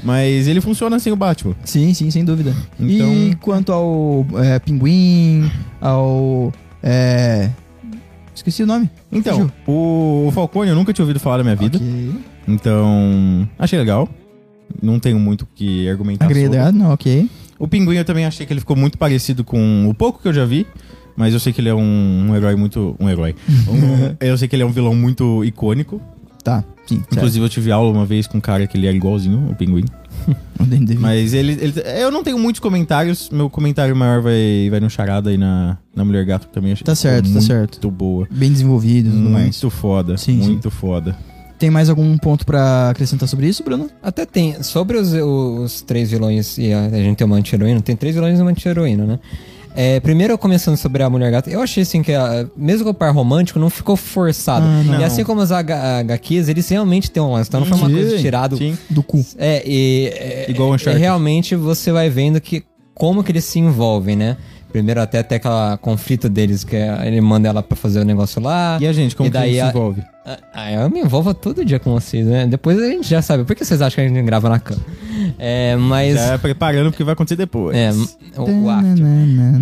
Speaker 1: Mas ele funciona sem o Batman.
Speaker 3: Sim, sim, sem dúvida. E
Speaker 1: Então-
Speaker 3: quanto ao é, pinguim, ao. É... Esqueci o nome.
Speaker 1: Então,
Speaker 3: Fugiu.
Speaker 1: o Falcone eu nunca tinha ouvido falar na minha vida.
Speaker 3: Ok.
Speaker 1: Então, achei legal. Não tenho muito o que argumentar sobre.
Speaker 3: Agregado, não, ok.
Speaker 1: O Pinguim eu também achei que ele ficou muito parecido com o pouco que eu já vi. Mas eu sei que ele é um, um herói muito... Um herói. Um- eu sei que ele é um vilão muito icônico.
Speaker 3: Tá, sim. certo.
Speaker 1: Inclusive eu tive aula uma vez com um cara que ele era igualzinho, o Pinguim.
Speaker 3: Não tem devido.
Speaker 1: Mas ele, ele- Eu não tenho muitos comentários. Meu comentário maior vai, vai no charada aí na, na Mulher Gato que também. Achei
Speaker 3: Tá certo, tá
Speaker 1: muito
Speaker 3: certo.
Speaker 1: boa.
Speaker 3: Bem desenvolvido e
Speaker 1: Hum.
Speaker 3: tudo mais.
Speaker 1: Muito foda.
Speaker 3: Sim, sim.
Speaker 1: muito foda.
Speaker 3: Tem mais algum ponto pra acrescentar sobre isso, Bruno?
Speaker 2: Até tem. Sobre os, os três vilões e a, a gente tem uma anti-heroína, tem três vilões e uma anti-heroína, né? É, primeiro, começando sobre a Mulher Gata, eu achei assim que, a- mesmo que o par romântico, não ficou forçado.
Speaker 3: Ah, não.
Speaker 2: E assim como os H- HQs, eles realmente têm um lance, então não foi uma
Speaker 3: Sim,
Speaker 2: coisa tirada.
Speaker 1: Sim.
Speaker 3: Do cu.
Speaker 2: É, e. é,
Speaker 1: Igual o Uncharted.
Speaker 2: e Realmente você vai vendo que como que eles se envolvem, né? Primeiro até até aquela conflito deles, que é- ele manda ela pra fazer o negócio lá.
Speaker 1: E a gente, como
Speaker 2: E daí
Speaker 1: que ele
Speaker 2: a-
Speaker 1: se envolve?
Speaker 2: Ah, eu me envolvo todo dia com vocês, né? Depois a gente já sabe. Por que vocês acham que a gente grava na cama? É, mas.
Speaker 1: Já preparando porque vai acontecer depois.
Speaker 2: É, o, o after. Mas- né?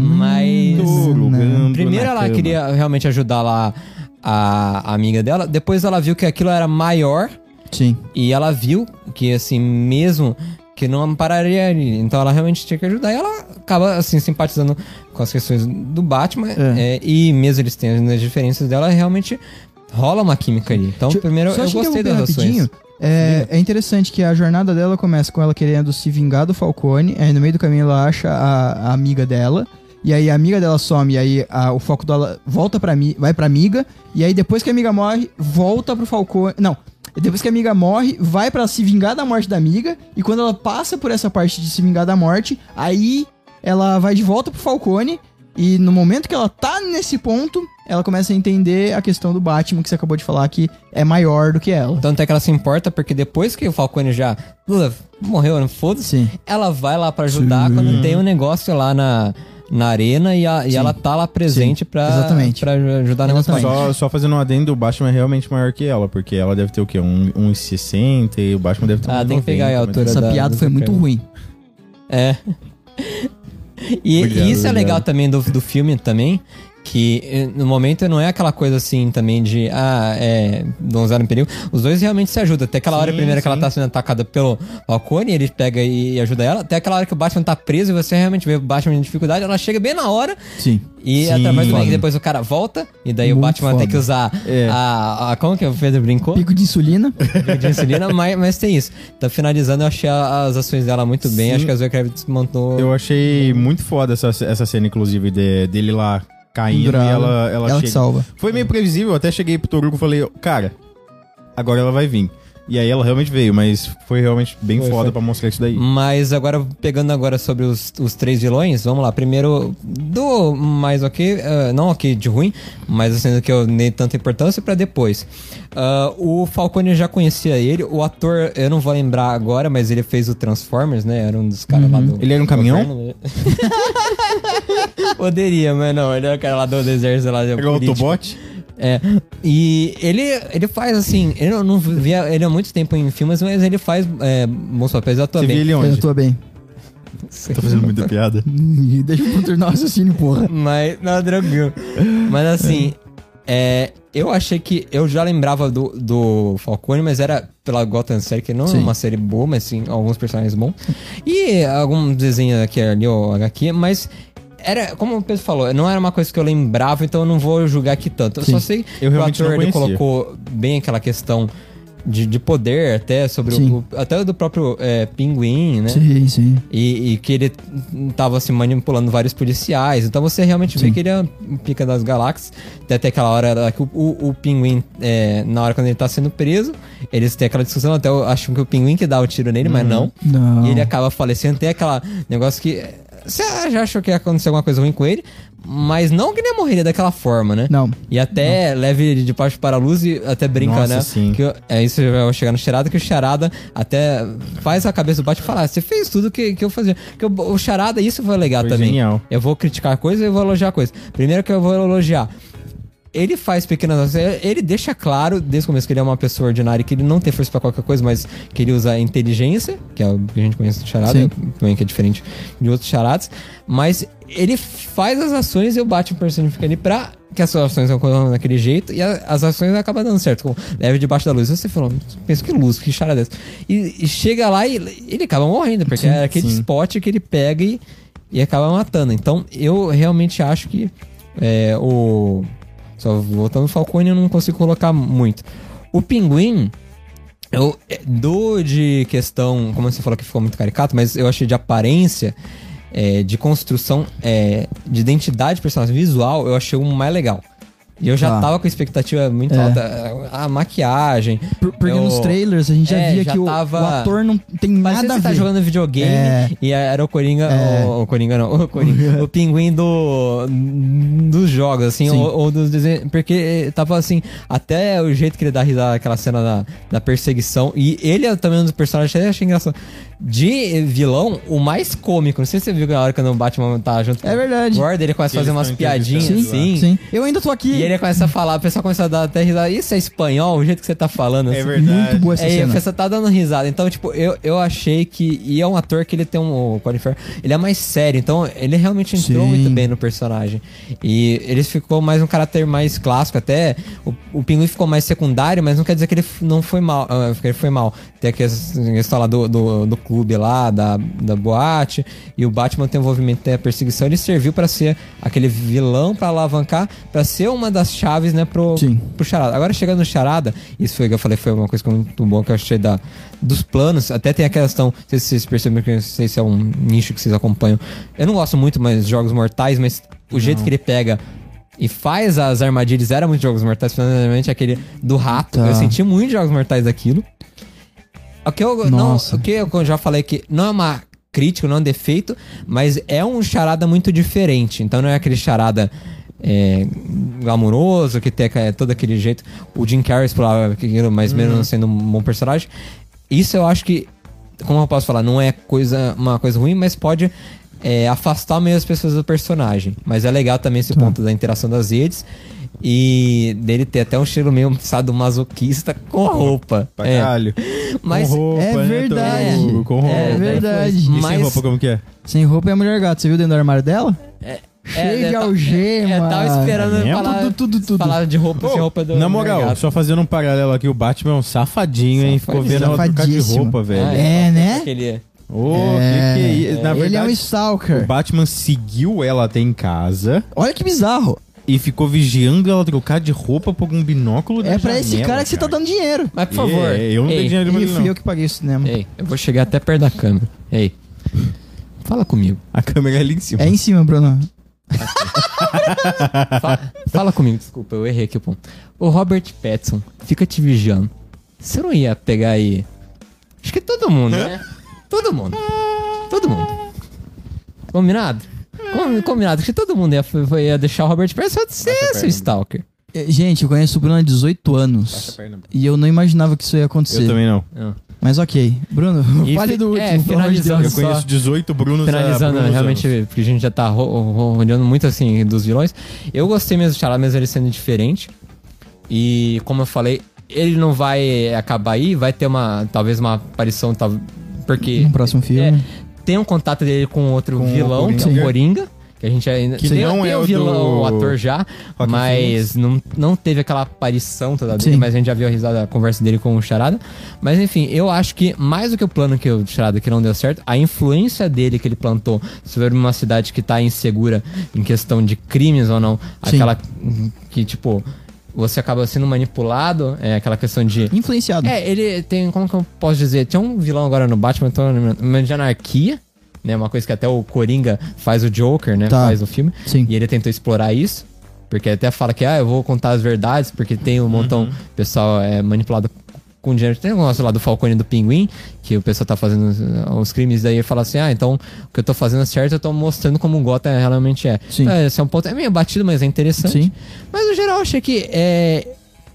Speaker 2: Primeiro ela queria realmente ajudar lá a, a amiga dela, depois ela viu que aquilo era maior
Speaker 3: Sim.
Speaker 2: e ela viu que assim mesmo que não pararia ali. Então ela realmente tinha que ajudar e ela acaba assim simpatizando com as questões do Batman
Speaker 3: É.
Speaker 2: é, e mesmo eles tendo as diferenças dela realmente rola uma química ali. Então
Speaker 3: Deixa-
Speaker 2: primeiro
Speaker 3: só
Speaker 2: eu
Speaker 3: te
Speaker 2: gostei das
Speaker 3: interromper
Speaker 2: ações.
Speaker 3: rapidinho. É, é interessante que a jornada dela começa com ela querendo se vingar do Falcone, aí no meio do caminho ela acha a, a amiga dela, e aí a amiga dela some, e aí a- o foco dela volta pra mim, vai pra amiga, e aí depois que a amiga morre, volta pro Falcone. Não, depois que a amiga morre, vai pra se vingar da morte da amiga, e quando ela passa por essa parte de se vingar da morte, aí ela vai de volta pro Falcone, e no momento que ela tá nesse ponto, ela começa a entender a questão do Batman que você acabou de falar que é maior do que ela.
Speaker 2: Tanto é que ela se importa porque depois que o Falcone já "Ugh, morreu, não foda-se,
Speaker 3: Sim.
Speaker 2: ela vai lá pra ajudar
Speaker 3: Sim.
Speaker 2: quando tem um negócio lá na, na arena e, a- e ela tá lá presente pra,
Speaker 3: exatamente.
Speaker 2: pra ajudar o negócio.
Speaker 3: Exatamente.
Speaker 1: Só, só fazendo um adendo, o Batman é realmente maior que ela, porque ela deve ter o quê? Um- 1,60 e o Batman deve ter
Speaker 2: Ah,
Speaker 1: 1,90,
Speaker 2: tem que pegar aí a
Speaker 1: mas-
Speaker 2: altura.
Speaker 3: Essa
Speaker 2: da-
Speaker 3: piada
Speaker 2: das
Speaker 3: foi muito
Speaker 2: empresas.
Speaker 3: ruim.
Speaker 2: É. E, e
Speaker 1: Obrigado,
Speaker 2: isso é
Speaker 1: obrigado.
Speaker 2: legal também do, do filme também, que eh, no momento não é aquela coisa assim também de, ah, é, donzela em perigo. Os dois realmente se ajudam. Até aquela hora
Speaker 1: Sim,
Speaker 2: primeira que ela
Speaker 1: sim.
Speaker 2: tá sendo atacada pelo Falcone, ele pega e, e ajuda ela. Até aquela hora que o Batman tá preso e você realmente vê o Batman em dificuldade, ela chega bem na hora
Speaker 1: assim,
Speaker 3: Sim.
Speaker 2: e
Speaker 1: Sim.
Speaker 2: através do
Speaker 1: Foda.
Speaker 2: depois o cara volta e daí o
Speaker 3: Muito
Speaker 2: Batman tem
Speaker 3: foda.
Speaker 2: que usar
Speaker 1: É.
Speaker 2: a, a- como que o Pedro brincou?
Speaker 3: Pico de insulina.
Speaker 2: de insulina, mas, mas tem isso. Então, finalizando, eu achei a- as ações dela muito bem.
Speaker 1: Sim.
Speaker 2: Acho que a Zoe Kravitz montou.
Speaker 1: Eu achei muito foda essa, essa cena, inclusive, de- dele lá caindo
Speaker 3: Pendurado.
Speaker 1: e ela, ela,
Speaker 3: Ela, que
Speaker 1: chega.
Speaker 3: salva.
Speaker 1: Foi meio previsível, eu até cheguei pro Torugo e falei, cara, agora ela vai vir. E aí ela realmente veio, mas foi realmente bem
Speaker 2: Foi,
Speaker 1: foda
Speaker 2: foi.
Speaker 1: pra mostrar isso
Speaker 3: Hum.
Speaker 1: daí.
Speaker 2: Mas agora, pegando agora sobre os, os três vilões, vamos lá. Primeiro, do mais ok, ah, não ok de ruim, mas assim, do que eu nem tanta importância, pra depois. Ah, o Falcone eu já conhecia ele, o ator, eu não vou lembrar agora, mas ele fez o Transformers, né? Era um dos caras lá do.
Speaker 1: Ele era um caminhão?
Speaker 2: governo. né? Poderia, mas não, ele era o cara lá do deserto lá.
Speaker 1: Pegou o
Speaker 2: político.
Speaker 1: Autobot?
Speaker 2: É, e ele, ele faz assim, eu não- não via ele há muito tempo em filmes, mas ele faz é, bons
Speaker 1: Você
Speaker 2: papéis
Speaker 1: viu
Speaker 2: atualmente.
Speaker 1: ele
Speaker 3: Eu
Speaker 1: onde?
Speaker 3: tô bem.
Speaker 1: Tô fazendo muita piada.
Speaker 3: Deixa eu terminar o raciocínio,
Speaker 2: É.
Speaker 3: porra.
Speaker 2: Mas, não, tranquilo. Mas assim, é, eu achei que, eu já lembrava do, do Falcone, mas era pela Gotham série, que não
Speaker 3: Sim.
Speaker 2: é uma série boa, mas sim, alguns personagens bons. E alguns desenhos aqui ali, ou HQ, mas... Era, como o Pedro falou, não era uma coisa que eu lembrava, então eu não vou julgar aqui tanto. Eu só sei que
Speaker 1: Eu
Speaker 2: o
Speaker 1: realmente
Speaker 2: ator
Speaker 1: não
Speaker 2: ele
Speaker 1: conhecia.
Speaker 2: colocou bem aquela questão de, de poder até sobre
Speaker 3: Sim.
Speaker 2: o, o- até do próprio é, pinguim, né?
Speaker 3: Sim, sim.
Speaker 2: E, e que ele tava assim, manipulando vários policiais. Então você realmente vê que ele é um pica das galáxias. Tem até aquela hora lá que o, o, o pinguim, é, na hora quando ele tá sendo preso, eles têm aquela discussão, até eu acho que o pinguim que dá o tiro nele, mas não.
Speaker 3: Não.
Speaker 2: E ele acaba falecendo. Tem aquela negócio que. Você já achou que ia acontecer alguma coisa ruim com ele, mas não que ele ia morrer daquela forma, né?
Speaker 3: Não.
Speaker 2: E até leve ele de baixo para a luz e até brinca,
Speaker 1: Nossa,
Speaker 2: né?
Speaker 1: sim.
Speaker 2: Que eu- é isso, eu vou chegar no Charada, que o Charada até faz a cabeça do Batman e fala, "Ah, você fez tudo que, que eu fazia. Que eu- o Charada, isso foi legal
Speaker 1: Foi
Speaker 2: também.
Speaker 1: genial.
Speaker 2: Eu vou criticar coisa e eu vou elogiar coisa. Primeiro que eu vou elogiar. Ele faz pequenas ações, ele deixa claro desde o começo que ele é uma pessoa ordinária, e que ele não tem força pra qualquer coisa, mas que ele usa a inteligência, que é o que a gente conhece do charada,
Speaker 3: Sim.
Speaker 2: também que é diferente de outros charadas, mas ele faz as ações e o Batman personifica ele pra que as suas ações ocorram daquele jeito e a- as ações acabam dando certo, como leve debaixo da luz. Você falou, pensa que luz, que charada é essa?" E, e chega lá e ele acaba morrendo, porque é aquele
Speaker 1: sim.
Speaker 2: spot que ele pega e, e acaba matando. Então eu realmente acho que é, o. Só voltando ao Falcone, eu não consigo colocar muito. O Pinguim, eu é, dou de questão, como você falou que ficou muito caricato, mas eu achei de aparência, é, de construção, é, de identidade personagem visual, eu achei o mais legal. E eu já
Speaker 3: Tá.
Speaker 2: tava com expectativa muito
Speaker 3: É.
Speaker 2: alta. A, a maquiagem.
Speaker 3: Por- Porque
Speaker 2: eu-
Speaker 3: nos trailers a gente já
Speaker 2: É,
Speaker 3: via
Speaker 2: já
Speaker 3: que o,
Speaker 2: tava-
Speaker 3: o ator não tem
Speaker 2: Parecia
Speaker 3: nada
Speaker 2: que
Speaker 3: a
Speaker 2: você tá
Speaker 3: ver.
Speaker 2: jogando videogame
Speaker 3: É.
Speaker 2: e era o Coringa.
Speaker 3: É.
Speaker 2: O, o Coringa não, o, Coringa, o pinguim do, dos jogos, assim,
Speaker 3: Sim.
Speaker 2: ou, ou dos desenhos. Porque tava assim, até o jeito que ele dá risada, aquela cena da, da perseguição. E ele é também um dos personagens, eu achei engraçado. De vilão, o mais cômico. Não sei se você viu na hora quando o Batman tá junto
Speaker 3: É verdade.
Speaker 2: o Gordon, ele começa a
Speaker 1: Que
Speaker 2: fazer
Speaker 1: eles
Speaker 2: umas
Speaker 1: tão
Speaker 2: piadinhas,
Speaker 1: entrevistando
Speaker 2: assim.
Speaker 3: Sim. Eu ainda tô aqui.
Speaker 2: E ele começa a falar, o pessoal começa a dar até risada. Isso é espanhol, o jeito que você tá falando, assim.
Speaker 1: É
Speaker 3: Muito
Speaker 1: verdade.
Speaker 3: boa essa
Speaker 2: É,
Speaker 3: cena.
Speaker 2: você tá dando risada. Então, tipo, eu, eu achei que. E é um ator que ele tem um. O Colin Farrell, ele é mais sério. Então, ele realmente entrou
Speaker 3: Sim.
Speaker 2: muito bem no personagem. E ele ficou mais um caráter mais clássico. Até o, o Pinguim ficou mais secundário, mas não quer dizer que ele f- não foi mal. ah, que ele foi mal. Tem a ques- a questão lá do, do, do clube lá, da, da boate. E o Batman tem envolvimento, tem a perseguição. Ele serviu pra ser aquele vilão pra alavancar, pra ser uma das chaves, né, pro,
Speaker 3: Sim.
Speaker 2: pro Charada. Agora chegando no Charada, isso foi o que eu falei, foi uma coisa que é muito bom que eu achei da, dos planos. Até tem a questão, não sei se vocês perceberam que eu não sei se é um nicho que vocês acompanham. Eu não gosto muito mais de jogos mortais, mas o jeito que ele pega e faz as armadilhas era muito jogos mortais, finalmente aquele do rato.
Speaker 3: Tá.
Speaker 2: Eu senti muito jogos mortais daquilo. O que eu, não,
Speaker 3: Nossa.
Speaker 2: o que eu já falei que não é uma crítica, não é um defeito, mas é um charada muito diferente. Então não é aquele charada é, glamouroso, que tem aque- todo aquele jeito. O Jim Carrey explorava aquilo, mas
Speaker 1: Hum.
Speaker 2: mesmo não sendo um bom personagem. Isso eu acho que, como eu posso falar, não é coisa, uma coisa ruim, mas pode é, afastar meio as pessoas do personagem. Mas é legal também
Speaker 1: Tá.
Speaker 2: esse ponto da interação das redes. E dele ter até um cheiro meio sadomasoquista com a roupa.
Speaker 1: Pra
Speaker 2: É.
Speaker 1: caralho.
Speaker 2: Mas
Speaker 1: com roupa,
Speaker 3: é
Speaker 1: né,
Speaker 3: verdade.
Speaker 1: Toru? com roupa.
Speaker 2: É
Speaker 3: verdade.
Speaker 1: E sem
Speaker 2: Mas-
Speaker 1: roupa, como que é?
Speaker 3: Sem roupa é a mulher gata. Você viu dentro do armário dela? Cheio
Speaker 2: é,
Speaker 3: de
Speaker 2: tá-
Speaker 3: algema.
Speaker 2: é, tava esperando
Speaker 1: Lembra?
Speaker 2: falar,
Speaker 1: Tudo, tudo, tudo.
Speaker 2: falar de roupa sem roupa do
Speaker 1: Tá Na moral,
Speaker 2: do gato.
Speaker 1: só fazendo um paralelo aqui, o Batman é um safadinho, hein? Ficou
Speaker 2: Safadinho.
Speaker 1: vendo ela trocar de
Speaker 3: Safadíssimo.
Speaker 1: roupa, velho.
Speaker 2: Ah,
Speaker 3: É, né?
Speaker 2: Aquele-
Speaker 1: Ô,
Speaker 3: É.
Speaker 1: que que é isso? Na
Speaker 3: Ele é um
Speaker 1: verdade, o
Speaker 3: stalker.
Speaker 1: Batman seguiu ela até em casa
Speaker 3: Olha que bizarro.
Speaker 1: e ficou vigiando ela trocar de roupa por um binóculo da
Speaker 3: É pra esse
Speaker 1: janela,
Speaker 3: cara que você tá dando dinheiro.
Speaker 2: Mas por favor.
Speaker 1: É, eu não
Speaker 2: ei,
Speaker 1: dei dinheiro pra
Speaker 3: E
Speaker 1: ele, não.
Speaker 3: fui eu que paguei o cinema.
Speaker 2: ei, eu vou chegar até perto da câmera. Ei. Fala comigo.
Speaker 1: A câmera é ali em cima.
Speaker 3: É em cima, Bruno.
Speaker 2: Fa- fala comigo, desculpa, eu errei aqui o ponto. O Robert Pattinson fica te vigiando. Você não ia pegar aí. Acho que todo mundo, né? Todo mundo. Todo mundo. Combinado? Com- Combinado, acho que todo mundo ia, ia deixar o Robert Pattinson ser
Speaker 1: perna.
Speaker 2: seu stalker.
Speaker 3: É, Gente, eu conheço o Bruno há 18
Speaker 1: Baixa a
Speaker 3: anos.
Speaker 1: perna.
Speaker 3: E eu não imaginava que isso ia acontecer.
Speaker 1: Eu também não.
Speaker 2: Não.
Speaker 3: Mas ok. Bruno,
Speaker 2: E
Speaker 3: fale
Speaker 2: fi-
Speaker 3: do
Speaker 2: é,
Speaker 3: último, pelo amor de
Speaker 2: finalizando.
Speaker 3: Deus.
Speaker 1: Eu
Speaker 2: Só-
Speaker 1: conheço 18 Brunos a
Speaker 2: Finalizando,
Speaker 1: Brunos
Speaker 2: realmente,
Speaker 1: anos.
Speaker 2: porque a gente já tá ro- ro- olhando muito assim dos vilões. Eu gostei mesmo do Xará, mesmo ele sendo diferente. E como eu falei, ele não vai acabar aí, vai ter uma. Talvez uma aparição. tal- porque.
Speaker 3: No próximo filme.
Speaker 2: tem um contato dele com outro
Speaker 1: Com o
Speaker 2: vilão, que é o
Speaker 1: Coringa.
Speaker 2: Coringa. Que a gente ainda.
Speaker 1: Que
Speaker 2: tem,
Speaker 1: não
Speaker 2: tem
Speaker 1: é
Speaker 2: o
Speaker 1: o
Speaker 2: vilão,
Speaker 1: do-
Speaker 2: o ator já,
Speaker 1: Joaquin
Speaker 2: mas não, não teve aquela aparição toda dele,
Speaker 3: Sim.
Speaker 2: mas a gente já viu a risada, a conversa dele com o Charada. Mas enfim, eu acho que mais do que o plano que o Charada que não deu certo, a influência dele que ele plantou sobre uma cidade que tá insegura em questão de crimes ou não,
Speaker 3: Sim.
Speaker 2: aquela que tipo você acaba sendo manipulado, é aquela questão de
Speaker 3: Influenciado.
Speaker 2: é, ele tem. Como que eu posso dizer? Tinha um vilão agora no Batman, então, mas de anarquia, né? Uma coisa que até o Coringa faz o Joker, né?
Speaker 3: Tá.
Speaker 2: Faz no filme.
Speaker 3: Sim.
Speaker 2: E ele tentou explorar isso. Porque até fala que, ah, eu vou contar as verdades, porque tem um montão. Pessoal é manipulado com dinheiro. Tem um negócio lá do Falcone e do Pinguim, que o pessoal tá fazendo os- os crimes, daí ele fala assim: ah, então o que eu tô fazendo é certo, eu tô mostrando como o Gotham realmente é.
Speaker 3: Sim.
Speaker 2: É, esse é um ponto. É meio batido, mas é interessante.
Speaker 3: Sim.
Speaker 2: Mas no geral, eu achei que é.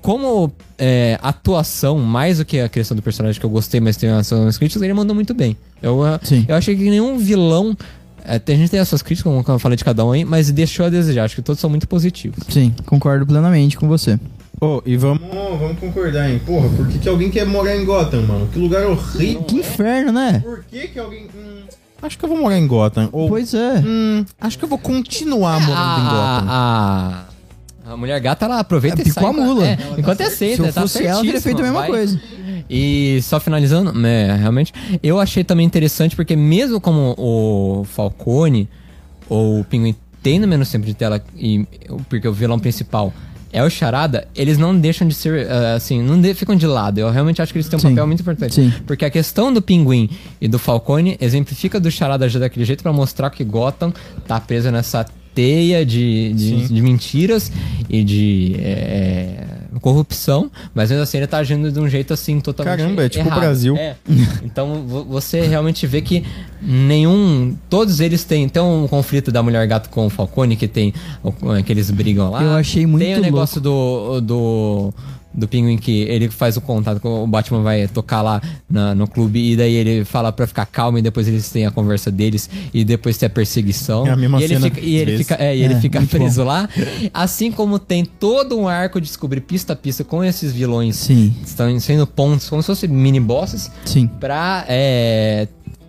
Speaker 2: Como é, atuação, mais do que a questão do personagem que eu gostei, mas tem as críticas, ele mandou muito bem. Eu, ah,
Speaker 3: Sim.
Speaker 2: eu achei que nenhum vilão. é, tem, a gente tem as suas críticas, como eu falei de cada um aí, mas deixou a desejar. Acho que todos são muito positivos.
Speaker 1: é.
Speaker 3: Sim, concordo plenamente com você.
Speaker 1: Ô, e vamos, vamos concordar, hein? Porra, por que, que alguém quer morar em Gotham, mano? Que lugar horrível.
Speaker 2: É.
Speaker 3: Que inferno, né?
Speaker 1: Por que, que alguém. Hum, acho que eu vou morar em Gotham. Ou.
Speaker 3: Pois é.
Speaker 1: Hum, acho que eu vou continuar
Speaker 2: Ah,
Speaker 1: morando em Gotham.
Speaker 2: a, ah, a, a mulher gata, ela aproveita
Speaker 3: É,
Speaker 2: e sai.
Speaker 3: picou a mula.
Speaker 2: É, enquanto aceita,
Speaker 3: Se eu
Speaker 2: tá
Speaker 3: fosse ela, eu
Speaker 2: certíssima,
Speaker 3: teria feito a mesma
Speaker 2: vai.
Speaker 3: coisa.
Speaker 2: E só finalizando, né, realmente, eu achei também interessante porque mesmo como o Falcone ou o Pinguim tendo menos tempo de tela e porque o vilão principal é o Charada, eles não deixam de ser ah, assim, não de- ficam de lado. Eu realmente acho que eles têm um
Speaker 3: Sim.
Speaker 2: papel muito importante,
Speaker 3: Sim.
Speaker 2: porque a questão do Pinguim e do Falcone exemplifica do Charada já daquele jeito pra mostrar que Gotham tá presa nessa teia de, de, de mentiras e de é, corrupção, mas mesmo assim ele tá agindo de um jeito assim totalmente
Speaker 1: Caramba, é tipo o
Speaker 2: errado.
Speaker 1: Brasil.
Speaker 2: É. Então vo- você realmente vê que nenhum. Todos eles têm. Tem um conflito da mulher gato com o Falcone, que tem. o- é, que eles brigam lá.
Speaker 3: Eu achei
Speaker 2: Tem
Speaker 3: muito
Speaker 2: o negócio do. do do pinguim que ele faz o contato com o Batman vai tocar lá na- no clube e daí ele fala pra ficar calmo e depois eles têm a conversa deles e depois tem a perseguição
Speaker 1: É a mesma
Speaker 2: e ele
Speaker 1: cena
Speaker 2: fica, e ele
Speaker 1: vezes.
Speaker 2: fica é, e ele
Speaker 3: É,
Speaker 2: fica
Speaker 3: muito bom.
Speaker 2: preso lá assim como tem todo um arco de descobrir pista a pista com esses vilões
Speaker 3: Sim,
Speaker 2: estão sendo pontos como se fossem mini bosses
Speaker 3: sim.
Speaker 2: pra é,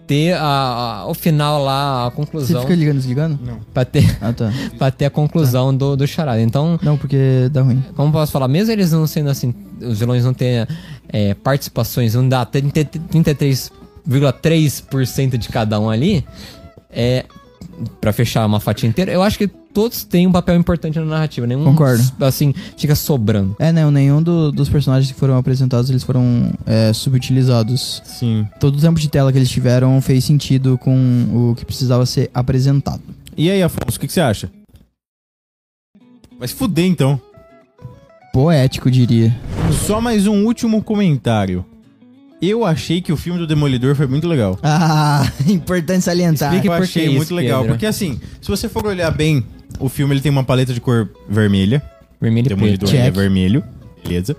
Speaker 2: ter a- a- o final lá, a
Speaker 3: Você
Speaker 2: conclusão.
Speaker 3: fica ligando, e desligando?
Speaker 2: Pra ter,
Speaker 3: Ah, tá.
Speaker 2: pra ter a conclusão do, do charada. Então,
Speaker 3: Não, porque dá ruim.
Speaker 2: como posso falar, mesmo eles não sendo assim, os vilões não terem é, participações, não dá 30 33,3% de cada um ali, é, pra fechar uma fatia inteira, eu acho que todos têm um papel importante na narrativa. Nenhum,
Speaker 3: Concordo.
Speaker 2: assim, fica sobrando.
Speaker 3: É, não, nenhum do- dos personagens que foram apresentados, eles foram é, subutilizados.
Speaker 1: Sim.
Speaker 3: Todo o tempo de tela que eles tiveram fez sentido com o que precisava ser apresentado.
Speaker 1: E aí, Afonso, o que, que você acha? Vai se fuder então.
Speaker 3: Poético, diria.
Speaker 1: Só mais um último comentário. Eu achei que o filme do Demolidor foi muito legal.
Speaker 3: Ah, importante salientar.
Speaker 2: Explique- E
Speaker 1: eu
Speaker 2: por que
Speaker 1: achei
Speaker 2: isso,
Speaker 1: é muito legal.
Speaker 2: Pedro?
Speaker 1: Porque assim, se você for olhar bem, o filme ele tem uma paleta de cor vermelha.
Speaker 2: Vermelho e preto.
Speaker 1: Demolidor
Speaker 3: Check.
Speaker 1: ele é vermelho. Beleza.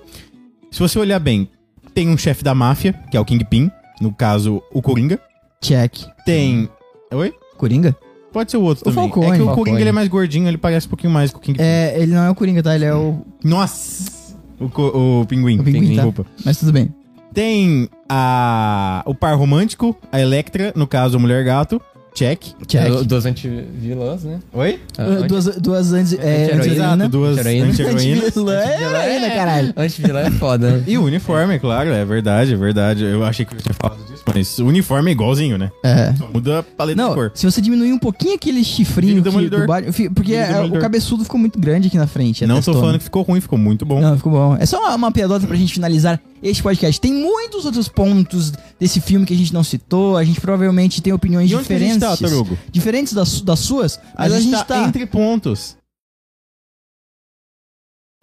Speaker 1: Se você olhar bem, tem um chefe da máfia, que é o Kingpin. No caso, o Coringa.
Speaker 3: Check.
Speaker 1: Tem. Oi?
Speaker 3: Coringa?
Speaker 1: Pode ser o outro
Speaker 3: O
Speaker 1: também.
Speaker 3: Falcone.
Speaker 1: É que o
Speaker 2: Falcone.
Speaker 1: Coringa ele é mais gordinho, ele parece um pouquinho mais com o Kingpin.
Speaker 3: É, ele não é o Coringa, tá? Ele é o.
Speaker 1: Nossa! O, co- o pinguim.
Speaker 3: O pinguim, tá.
Speaker 1: Desculpa.
Speaker 3: Mas tudo bem.
Speaker 1: Tem a, o par romântico, a Electra, no caso, a Mulher Gato. Check.
Speaker 3: Check.
Speaker 2: Do- Dos anti-vilãs, né?
Speaker 1: Oi?
Speaker 2: Ah,
Speaker 3: Uh, duas, duas antes. É,
Speaker 2: Anti-heroína.
Speaker 1: Exato,
Speaker 3: anti-heroína.
Speaker 1: duas
Speaker 2: Anti-heroína.
Speaker 1: anti-heroínas.
Speaker 3: Anti-vilã é heroína, caralho.
Speaker 2: Ah, Antivilã é foda. né?
Speaker 1: E o uniforme, é claro, é verdade, é verdade. Eu achei que eu tinha falado disso, mas o uniforme é igualzinho, né?
Speaker 3: É.
Speaker 1: Só muda a paleta
Speaker 3: Não,
Speaker 1: de cor.
Speaker 3: se você diminuir um pouquinho aquele
Speaker 1: Vira
Speaker 3: chifrinho
Speaker 1: o
Speaker 3: que,
Speaker 1: Demolidor.
Speaker 3: do Batman, fi- porque
Speaker 1: Vira o
Speaker 3: é, o
Speaker 1: Demolidor.
Speaker 3: cabeçudo ficou muito grande aqui na frente. é
Speaker 1: Não tô
Speaker 3: testona.
Speaker 1: falando que ficou ruim, ficou muito bom.
Speaker 3: Não, ficou bom. É só uma, uma piadota pra gente finalizar este podcast. Tem muitos outros pontos desse filme que a gente não citou. A gente provavelmente tem opiniões
Speaker 1: e onde que a gente
Speaker 3: diferentes.
Speaker 1: tá, Tarugo?
Speaker 3: diferentes das, das suas,
Speaker 1: A,
Speaker 3: mas
Speaker 1: gente tá,
Speaker 3: tá.
Speaker 1: entre pontos.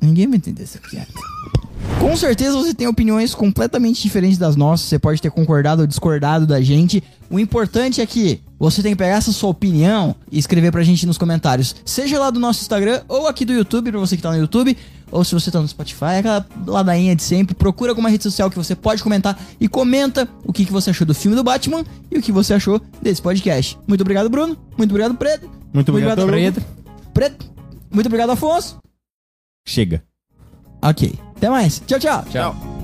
Speaker 3: Ninguém vai entender essa piada. Com certeza você tem opiniões completamente diferentes das nossas. Você pode ter concordado ou discordado da gente. O importante é que você tem que pegar essa sua opinião e escrever pra gente nos comentários. Seja lá do nosso Instagram ou aqui do YouTube, pra você que tá no YouTube. Ou se você tá no Spotify, aquela ladainha de sempre. Procura alguma rede social que você pode comentar e comenta o que, que você achou do filme do Batman e o que você achou desse podcast. Muito obrigado, Bruno. Muito obrigado, Preto.
Speaker 1: Muito obrigado,
Speaker 3: Obrigado,
Speaker 1: Tarugo.
Speaker 3: Preto. Muito obrigado, Afonso.
Speaker 1: Chega.
Speaker 3: Ok. Até mais. Tchau, tchau.
Speaker 2: Tchau.
Speaker 1: Tchau.